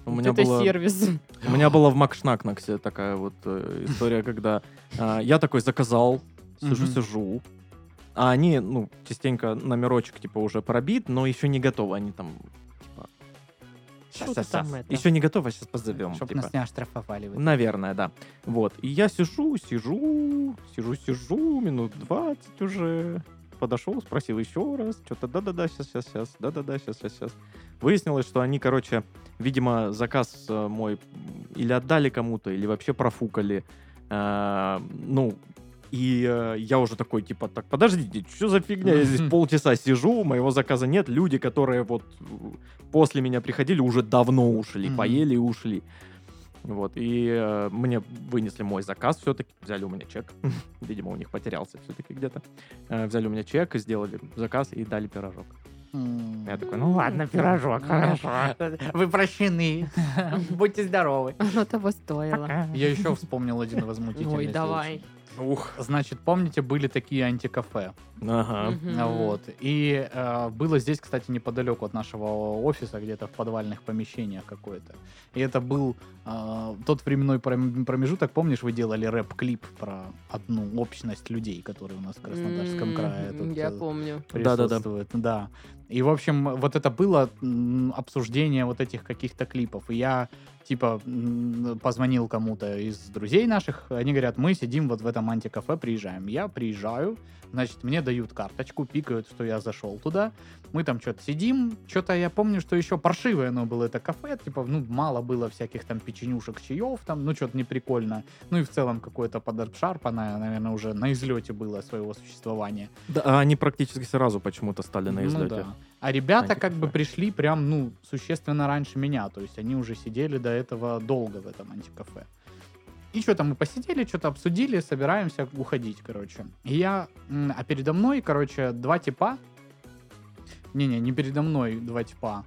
Speaker 3: У меня,
Speaker 1: Это
Speaker 3: было,
Speaker 1: сервис.
Speaker 3: у меня была в Макшнакнаксе такая вот э, история, когда э, я такой заказал,
Speaker 2: Мгм.
Speaker 3: сижу-сижу, а они, ну, частенько номерочек, типа, уже пробит, но еще не готовы, они там, типа,
Speaker 1: Что ты
Speaker 2: Щас-щас-щас.
Speaker 1: там это?
Speaker 3: еще не готовы, сейчас позовем,
Speaker 2: Чтоб
Speaker 3: типа.
Speaker 2: нас не оштрафовали. вы.
Speaker 3: Наверное, да. Вот. И я сижу, сижу, сижу, сижу, минут 20 уже. Подошел, спросил еще раз, что-то да-да-да, сейчас, сейчас, сейчас, да-да-да, сейчас, сейчас, сейчас. Выяснилось, что они, короче, видимо, заказ э, мой м, или отдали кому-то, или вообще профукали. Э, ну, и э, я уже такой, типа, так, подождите, что за фигня? Я здесь полчаса сижу, моего заказа нет. Люди, которые вот э, после меня приходили, уже давно ушли,
Speaker 2: Мгм.
Speaker 3: поели и ушли. Вот, и э, мне вынесли мой заказ все-таки, взяли у меня чек, видимо, у них потерялся все-таки где-то. Э, взяли у меня чек, сделали заказ и дали пирожок.
Speaker 2: М.
Speaker 3: Я такой, ну ладно,
Speaker 2: пирожок, хорошо. Вы прощены. Будьте здоровы.
Speaker 1: Оно того стоило.
Speaker 2: Я еще вспомнил один возмутительный
Speaker 1: Ой,
Speaker 2: случай.
Speaker 1: давай.
Speaker 3: Ух.
Speaker 2: Значит, помните, были такие антикафе?
Speaker 3: Ага.
Speaker 1: Мгм.
Speaker 2: А Вот. И э, было здесь, кстати, неподалеку от нашего офиса, где-то в подвальных помещениях какое-то. И это был э, тот временной пром- промежуток. Помнишь, вы делали рэп-клип про одну общность людей, которые у нас в Краснодарском
Speaker 1: М,
Speaker 2: крае тут
Speaker 1: М-м-м, Я
Speaker 2: э,
Speaker 1: помню.
Speaker 3: Да-да-да.
Speaker 2: присутствует. Да, И, в общем, вот это было м, обсуждение вот этих каких-то клипов. И я, типа, м, позвонил кому-то из друзей наших. Они говорят, мы сидим вот в этом антикафе, приезжаем. Я приезжаю, значит, мне дают карточку, пикают, что я зашел туда. Мы там что-то сидим. Что-то я помню, что еще паршивое оно было это кафе. Типа, ну, мало было всяких там печенюшек, чаев там. Ну, что-то неприкольно. Ну, и в целом какое-то подобшарпанное, наверное, уже на излете было своего существования.
Speaker 3: Да, а они практически сразу почему-то стали на
Speaker 2: Ну
Speaker 3: излете.
Speaker 2: да. А ребята
Speaker 3: Антикафе.
Speaker 2: как бы пришли прям, ну, существенно раньше меня. То есть они уже сидели до этого долго в этом антикафе. И что-то мы посидели, что-то обсудили, собираемся уходить, короче. И я... м, А передо мной, короче, два типа. Не-не, не передо мной два типа.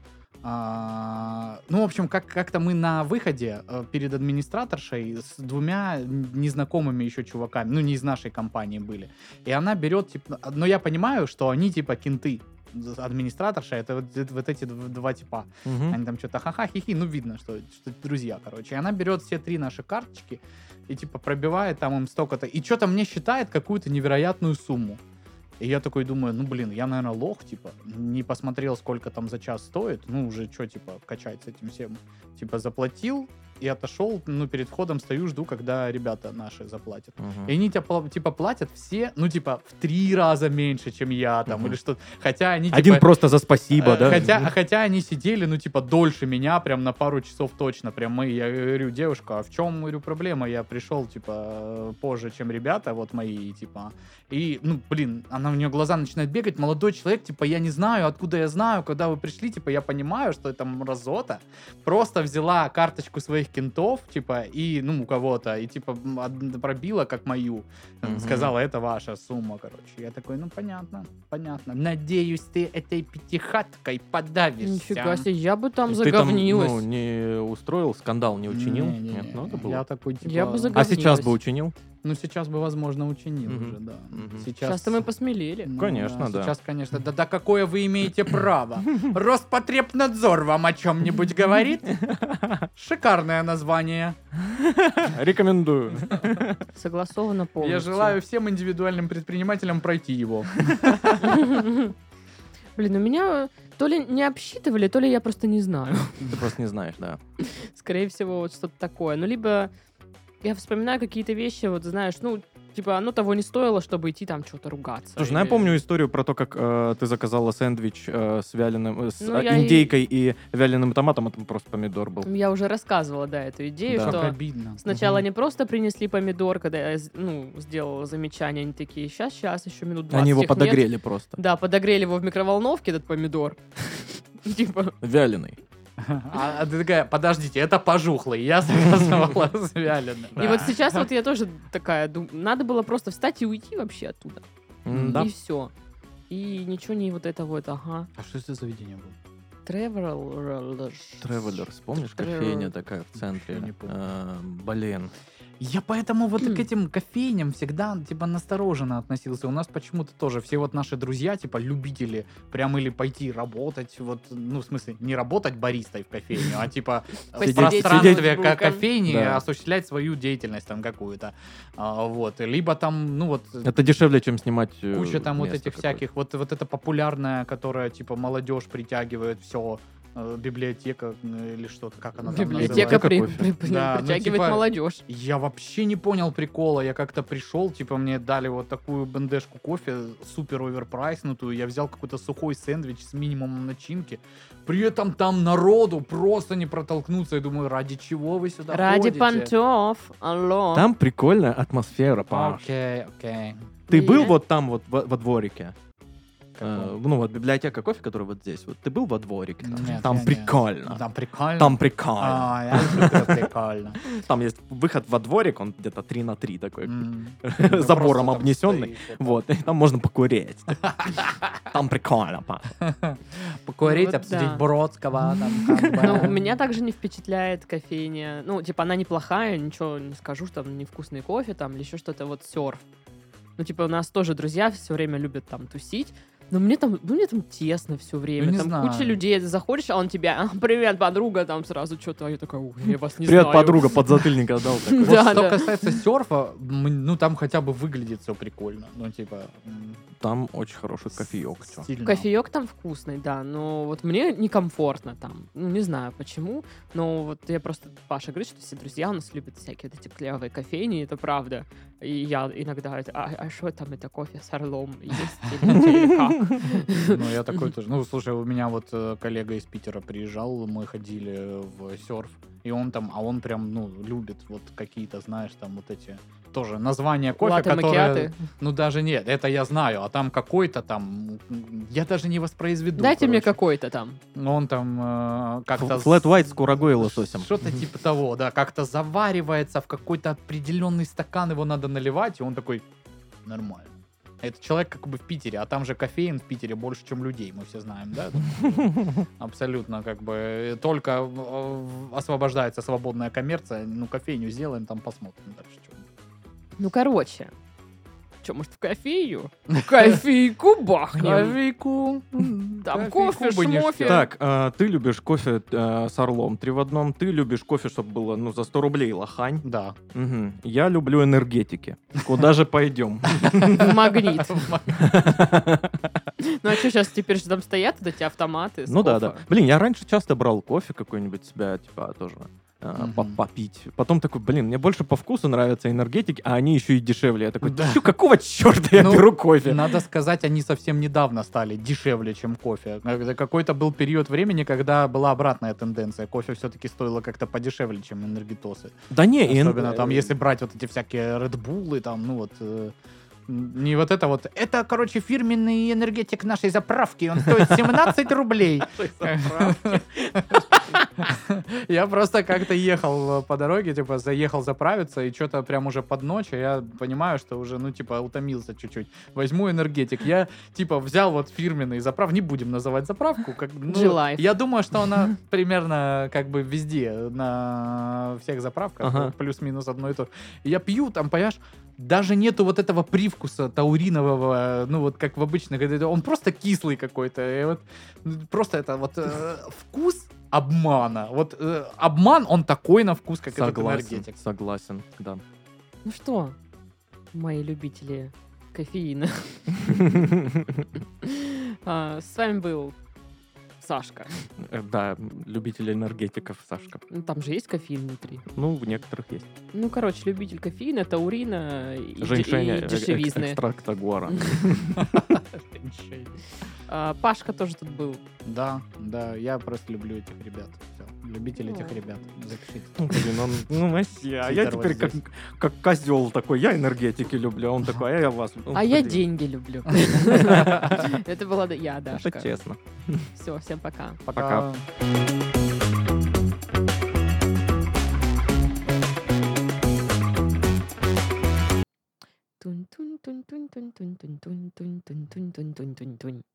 Speaker 2: А, ну, в общем, как- как-то мы на выходе э, перед администраторшей с двумя незнакомыми еще чуваками, ну, не из нашей компании были. И она берет, типа, но я понимаю, что они, типа, кенты. Администраторша, это вот, это вот эти дв- два типа.
Speaker 3: Мгм.
Speaker 2: Они там что-то ха-ха, хихи, ну, видно, что, что друзья, короче. И она берет все три наши карточки и, типа, пробивает там им столько-то. И что-то мне считает какую-то невероятную сумму. И я такой думаю, ну, блин, я, наверное, лох, типа, не посмотрел, сколько там за час стоит, ну, уже что, типа, качать с этим всем. Типа, заплатил и отошел, ну, перед входом стою, жду, когда ребята наши заплатят.
Speaker 3: Мгм.
Speaker 2: И они тебя пла- типа платят все, ну типа в три раза меньше, чем я там
Speaker 3: Мгм.
Speaker 2: или что. Хотя они
Speaker 3: Один
Speaker 2: типа,
Speaker 3: просто за спасибо,
Speaker 2: э,
Speaker 3: да?
Speaker 2: Хотя, хотя они сидели, ну типа дольше меня, прям на пару часов точно, прям мы. Я говорю, девушка, а в чем говорю проблема? Я пришел типа э, позже, чем ребята, вот мои и, типа. И ну блин, она у нее глаза начинают бегать, молодой человек, типа я не знаю, откуда я знаю, когда вы пришли, типа я понимаю, что это мразота, просто взяла карточку своих кентов, типа, и, ну, у кого-то, и, типа, м, од- пробила, как мою.
Speaker 3: Мгм.
Speaker 2: Сказала, это ваша сумма, короче. Я такой, ну, понятно, понятно. Надеюсь, ты этой пятихаткой подавишься.
Speaker 1: Нифига себе, я бы там
Speaker 3: И ты там, ну,
Speaker 1: заговнилась.
Speaker 3: не устроил скандал, не учинил?
Speaker 2: Не-не-не.
Speaker 3: Нет, надо
Speaker 2: Я
Speaker 3: было.
Speaker 2: такой, типа,
Speaker 1: Я бы
Speaker 3: А
Speaker 1: заговнилась.
Speaker 3: сейчас бы учинил?
Speaker 2: ну, сейчас бы, возможно, учинил
Speaker 3: Мгм.
Speaker 2: уже, да.
Speaker 3: Мгм.
Speaker 1: Сейчас-то мы посмелели.
Speaker 2: Ну
Speaker 3: Конечно, да.
Speaker 2: Сейчас, конечно, да, да какое вы имеете право? Роспотребнадзор вам о чем-нибудь говорит? Шикарное название.
Speaker 3: Рекомендую.
Speaker 1: Согласовано полностью.
Speaker 2: Я желаю всем индивидуальным предпринимателям пройти его.
Speaker 1: Блин, у меня э, то ли не обсчитывали, то ли я просто не знаю.
Speaker 3: Ты просто не знаешь, да.
Speaker 1: Скорее всего, вот что-то такое. Ну, либо я вспоминаю какие-то вещи, вот знаешь, ну, типа, оно того не стоило, чтобы идти там что-то ругаться.
Speaker 3: Слушай, ну я
Speaker 1: Или-
Speaker 3: помню историю про то, как э, ты заказала сэндвич э, с вяленым, э, с
Speaker 1: Ну,
Speaker 3: э,
Speaker 1: я и-
Speaker 3: индейкой и... вяленым томатом, а там просто помидор был.
Speaker 1: Я уже рассказывала, да, эту идею,
Speaker 3: Да.
Speaker 1: что
Speaker 2: обидно.
Speaker 1: сначала не просто принесли помидор, когда я, ну, сделала замечание, они такие, сейчас, сейчас, еще минут 20
Speaker 3: Они его
Speaker 1: их нет».
Speaker 3: подогрели просто.
Speaker 1: Да, подогрели его в микроволновке, этот помидор. Типа,
Speaker 3: Вяленый.
Speaker 2: А, а ты такая, подождите, это пожухлый, я заказывала с вяленым.
Speaker 1: И вот сейчас вот я тоже такая, дум- надо было просто встать и уйти вообще оттуда.
Speaker 3: Да.
Speaker 1: И все. И ничего не вот это вот, ага.
Speaker 2: А что это за заведение было?
Speaker 1: Traveler.
Speaker 3: Тревелерс, помнишь,
Speaker 1: Тревелерс.
Speaker 3: кофейня такая в центре?
Speaker 2: Вообще не помню.
Speaker 3: Эм, Блин.
Speaker 2: Я поэтому вот к этим кофейням всегда, типа, настороженно относился. У нас почему-то тоже все вот наши друзья, типа, любители прям или пойти работать, вот, ну, в смысле, не работать баристой в кофейню, а, типа, в
Speaker 1: Посидеть
Speaker 2: пространстве
Speaker 1: ноутбуком.
Speaker 2: ко- кофейни
Speaker 3: Да.
Speaker 2: осуществлять свою деятельность там какую-то. А, Вот, либо там, ну, вот...
Speaker 3: Это дешевле, чем снимать. э,
Speaker 2: Куча там вот
Speaker 3: место
Speaker 2: этих
Speaker 3: какое-то.
Speaker 2: всяких, вот, вот это популярная, которая типа молодежь притягивает, все, библиотека э, или что-то, как она там
Speaker 1: Библиотека
Speaker 2: называется.
Speaker 1: при-
Speaker 3: кофе.
Speaker 1: при- при-
Speaker 2: Да, ну,
Speaker 1: притягивает
Speaker 2: типа-
Speaker 1: молодежь.
Speaker 2: Я вообще не понял прикола, я как-то пришел, типа мне дали вот такую бендешку кофе, супер оверпрайснутую, я взял какой-то сухой сэндвич с минимумом начинки, при этом там народу просто не протолкнуться, я думаю, ради чего вы сюда
Speaker 1: Ради
Speaker 2: ходите?
Speaker 1: понтов. Алло.
Speaker 3: Там прикольная атмосфера, Паш.
Speaker 2: Окей, окей.
Speaker 3: Ты был
Speaker 1: Нет.
Speaker 3: вот там вот во, во дворике? Э,
Speaker 2: Каком?
Speaker 3: ну вот библиотека кофе, которая вот здесь. Вот ты был во дворике? Там,
Speaker 2: Нет,
Speaker 3: Там
Speaker 2: я не-
Speaker 3: прикольно.
Speaker 2: Там прикольно.
Speaker 3: Там прикольно.
Speaker 2: А, я люблю, когда прикольно.
Speaker 3: Там есть выход во дворик, он где-то 3 на 3 такой,
Speaker 2: М. Ну,
Speaker 3: забором
Speaker 2: Просто там
Speaker 3: обнесенный.
Speaker 2: стоишь, это.
Speaker 3: Вот, и там можно покурить. Там прикольно, Паш.
Speaker 2: Покурить,
Speaker 1: Ну вот
Speaker 2: обсудить
Speaker 1: да.
Speaker 2: Бродского. а, там, как бы.
Speaker 1: Ну, меня также не впечатляет кофейня. Ну, типа, она неплохая, ничего не скажу, что там невкусный кофе там или еще что-то, вот серф. Ну, типа, у нас тоже друзья все время любят там тусить. Но мне там, ну, мне там тесно все время.
Speaker 2: Ну, не
Speaker 1: там
Speaker 2: знаю.
Speaker 1: куча людей, ты заходишь, а он тебя, «А, привет, подруга, там сразу что-то. А я такая, «Ой, я вас не
Speaker 3: Привет,
Speaker 1: знаю.
Speaker 3: подруга, подзатыльник отдал. такой.
Speaker 2: Вот
Speaker 1: Да,
Speaker 2: что
Speaker 1: да.
Speaker 2: касается серфа, м, ну там хотя бы выглядит все прикольно. Ну, типа, м,
Speaker 3: Там очень хороший кофеек. чё.
Speaker 2: стильно.
Speaker 1: Кофеек там вкусный, да, но вот мне некомфортно там. Ну, не знаю почему, но вот я просто... Паша говорит, что все друзья у нас любят всякие вот эти клевые кофейни, и это правда. И я иногда... это, А что там, это кофе с орлом есть или или как?»
Speaker 2: Ну, я такой тоже. Ну, слушай, у меня вот э, коллега из Питера приезжал, мы ходили в серф, и он там, а он прям, ну, любит вот какие-то, знаешь, там вот эти тоже названия кофе,
Speaker 1: Латте,
Speaker 2: которые...
Speaker 1: макиаты.
Speaker 2: Ну, даже нет, это я знаю, а там какой-то там... м, Я даже не воспроизведу.
Speaker 1: Дайте мне
Speaker 2: короче.
Speaker 1: какой-то там.
Speaker 2: Ну, он там э,
Speaker 3: Ф-
Speaker 2: как-то...
Speaker 3: Flat
Speaker 2: с-
Speaker 3: white с курагой и лососем.
Speaker 2: Что-то типа того, да, как-то заваривается в какой-то определенный стакан, его надо наливать, и он такой, нормально. Это человек как бы в Питере, а там же кофеин в Питере больше, чем людей, мы все знаем, да? Абсолютно, как бы, только э, освобождается свободная коммерция, ну, кофейню сделаем, там посмотрим дальше. чё.
Speaker 1: Ну, короче. Че, может, в кофею? Кофейку бахнем.
Speaker 2: Кофейку.
Speaker 1: Там
Speaker 2: кофейку
Speaker 1: кофе,
Speaker 2: бы не
Speaker 1: шмофе.
Speaker 3: Так, э, ты любишь кофе э, с орлом три в одном, ты любишь кофе, чтобы было, ну, за 100 рублей лохань.
Speaker 2: Да.
Speaker 3: Мгм. Я люблю энергетики. Куда же пойдем?
Speaker 1: в магнит. Ну, а что сейчас теперь же там стоят вот эти автоматы с
Speaker 3: Ну да, да.
Speaker 1: кофе?
Speaker 3: Блин, я раньше часто брал кофе какой-нибудь себя, типа, тоже э, по-
Speaker 2: Мгм.
Speaker 3: попить. Потом такой, блин, мне больше по вкусу нравятся энергетики, а они еще и дешевле. Я такой,
Speaker 2: Да.
Speaker 3: «Чё, какого черта я
Speaker 2: Ну,
Speaker 3: беру кофе?
Speaker 2: Надо сказать, они совсем недавно стали дешевле, чем кофе. Это Какой-то был период времени, когда была обратная тенденция. Кофе все-таки стоило как-то подешевле, чем энергетосы.
Speaker 3: Да не, э, и эн-
Speaker 2: Особенно там, если брать вот эти всякие редбулы, там, ну вот... э, Не вот это вот. Это, короче, фирменный энергетик нашей заправки. Он стоит 17 рублей. Я просто как-то ехал по дороге, типа, заехал заправиться, и что-то прям уже под ночь, а я понимаю, что уже, ну, типа, утомился чуть-чуть. Возьму энергетик. Я, типа, взял вот фирменный заправ, не будем называть заправку. Как, ну,
Speaker 1: G-Life.
Speaker 2: Я думаю, что она примерно, как бы, везде, на всех заправках,
Speaker 3: Ага.
Speaker 2: плюс-минус одно и то. И я пью, там, понимаешь, даже нету вот этого привкуса тауринового, ну вот как в обычных, это- он просто кислый какой-то. И вот, ну, просто это вот э, вкус обмана. Вот э, обман, он такой на вкус, как этот
Speaker 3: Согласен,
Speaker 2: энергетик.
Speaker 3: согласен, да.
Speaker 1: Ну что, мои любители кофеина, а, с вами был Сашка.
Speaker 3: Э, Да, любители энергетиков, Сашка.
Speaker 1: Ну, там же есть кофеин внутри.
Speaker 3: Ну, в некоторых есть.
Speaker 1: Ну, короче, любитель кофеина, таурина и, де-
Speaker 3: Женьшеня,
Speaker 1: и
Speaker 3: э,
Speaker 1: дешевизны.
Speaker 3: э, экстракта гора.
Speaker 1: А, Пашка тоже тут был.
Speaker 2: Да, да, я просто люблю этих ребят. Всё, Любитель
Speaker 1: Ну.
Speaker 2: этих ребят. Запишите.
Speaker 3: Блин, он, ну вообще, а я
Speaker 2: Твиттер вот
Speaker 3: теперь как,
Speaker 2: здесь.
Speaker 3: как козел такой, я энергетики люблю, а он такой, а я вас люблю.
Speaker 1: а я
Speaker 3: Блин,
Speaker 1: деньги люблю. Это была д- я,
Speaker 3: Это
Speaker 1: Дашка.
Speaker 3: честно.
Speaker 1: Все, всем пока.
Speaker 3: Пока.
Speaker 1: Тун-тун-тун-тун-тун-тун-тун-тун-тун-тун-тун-тун-тун.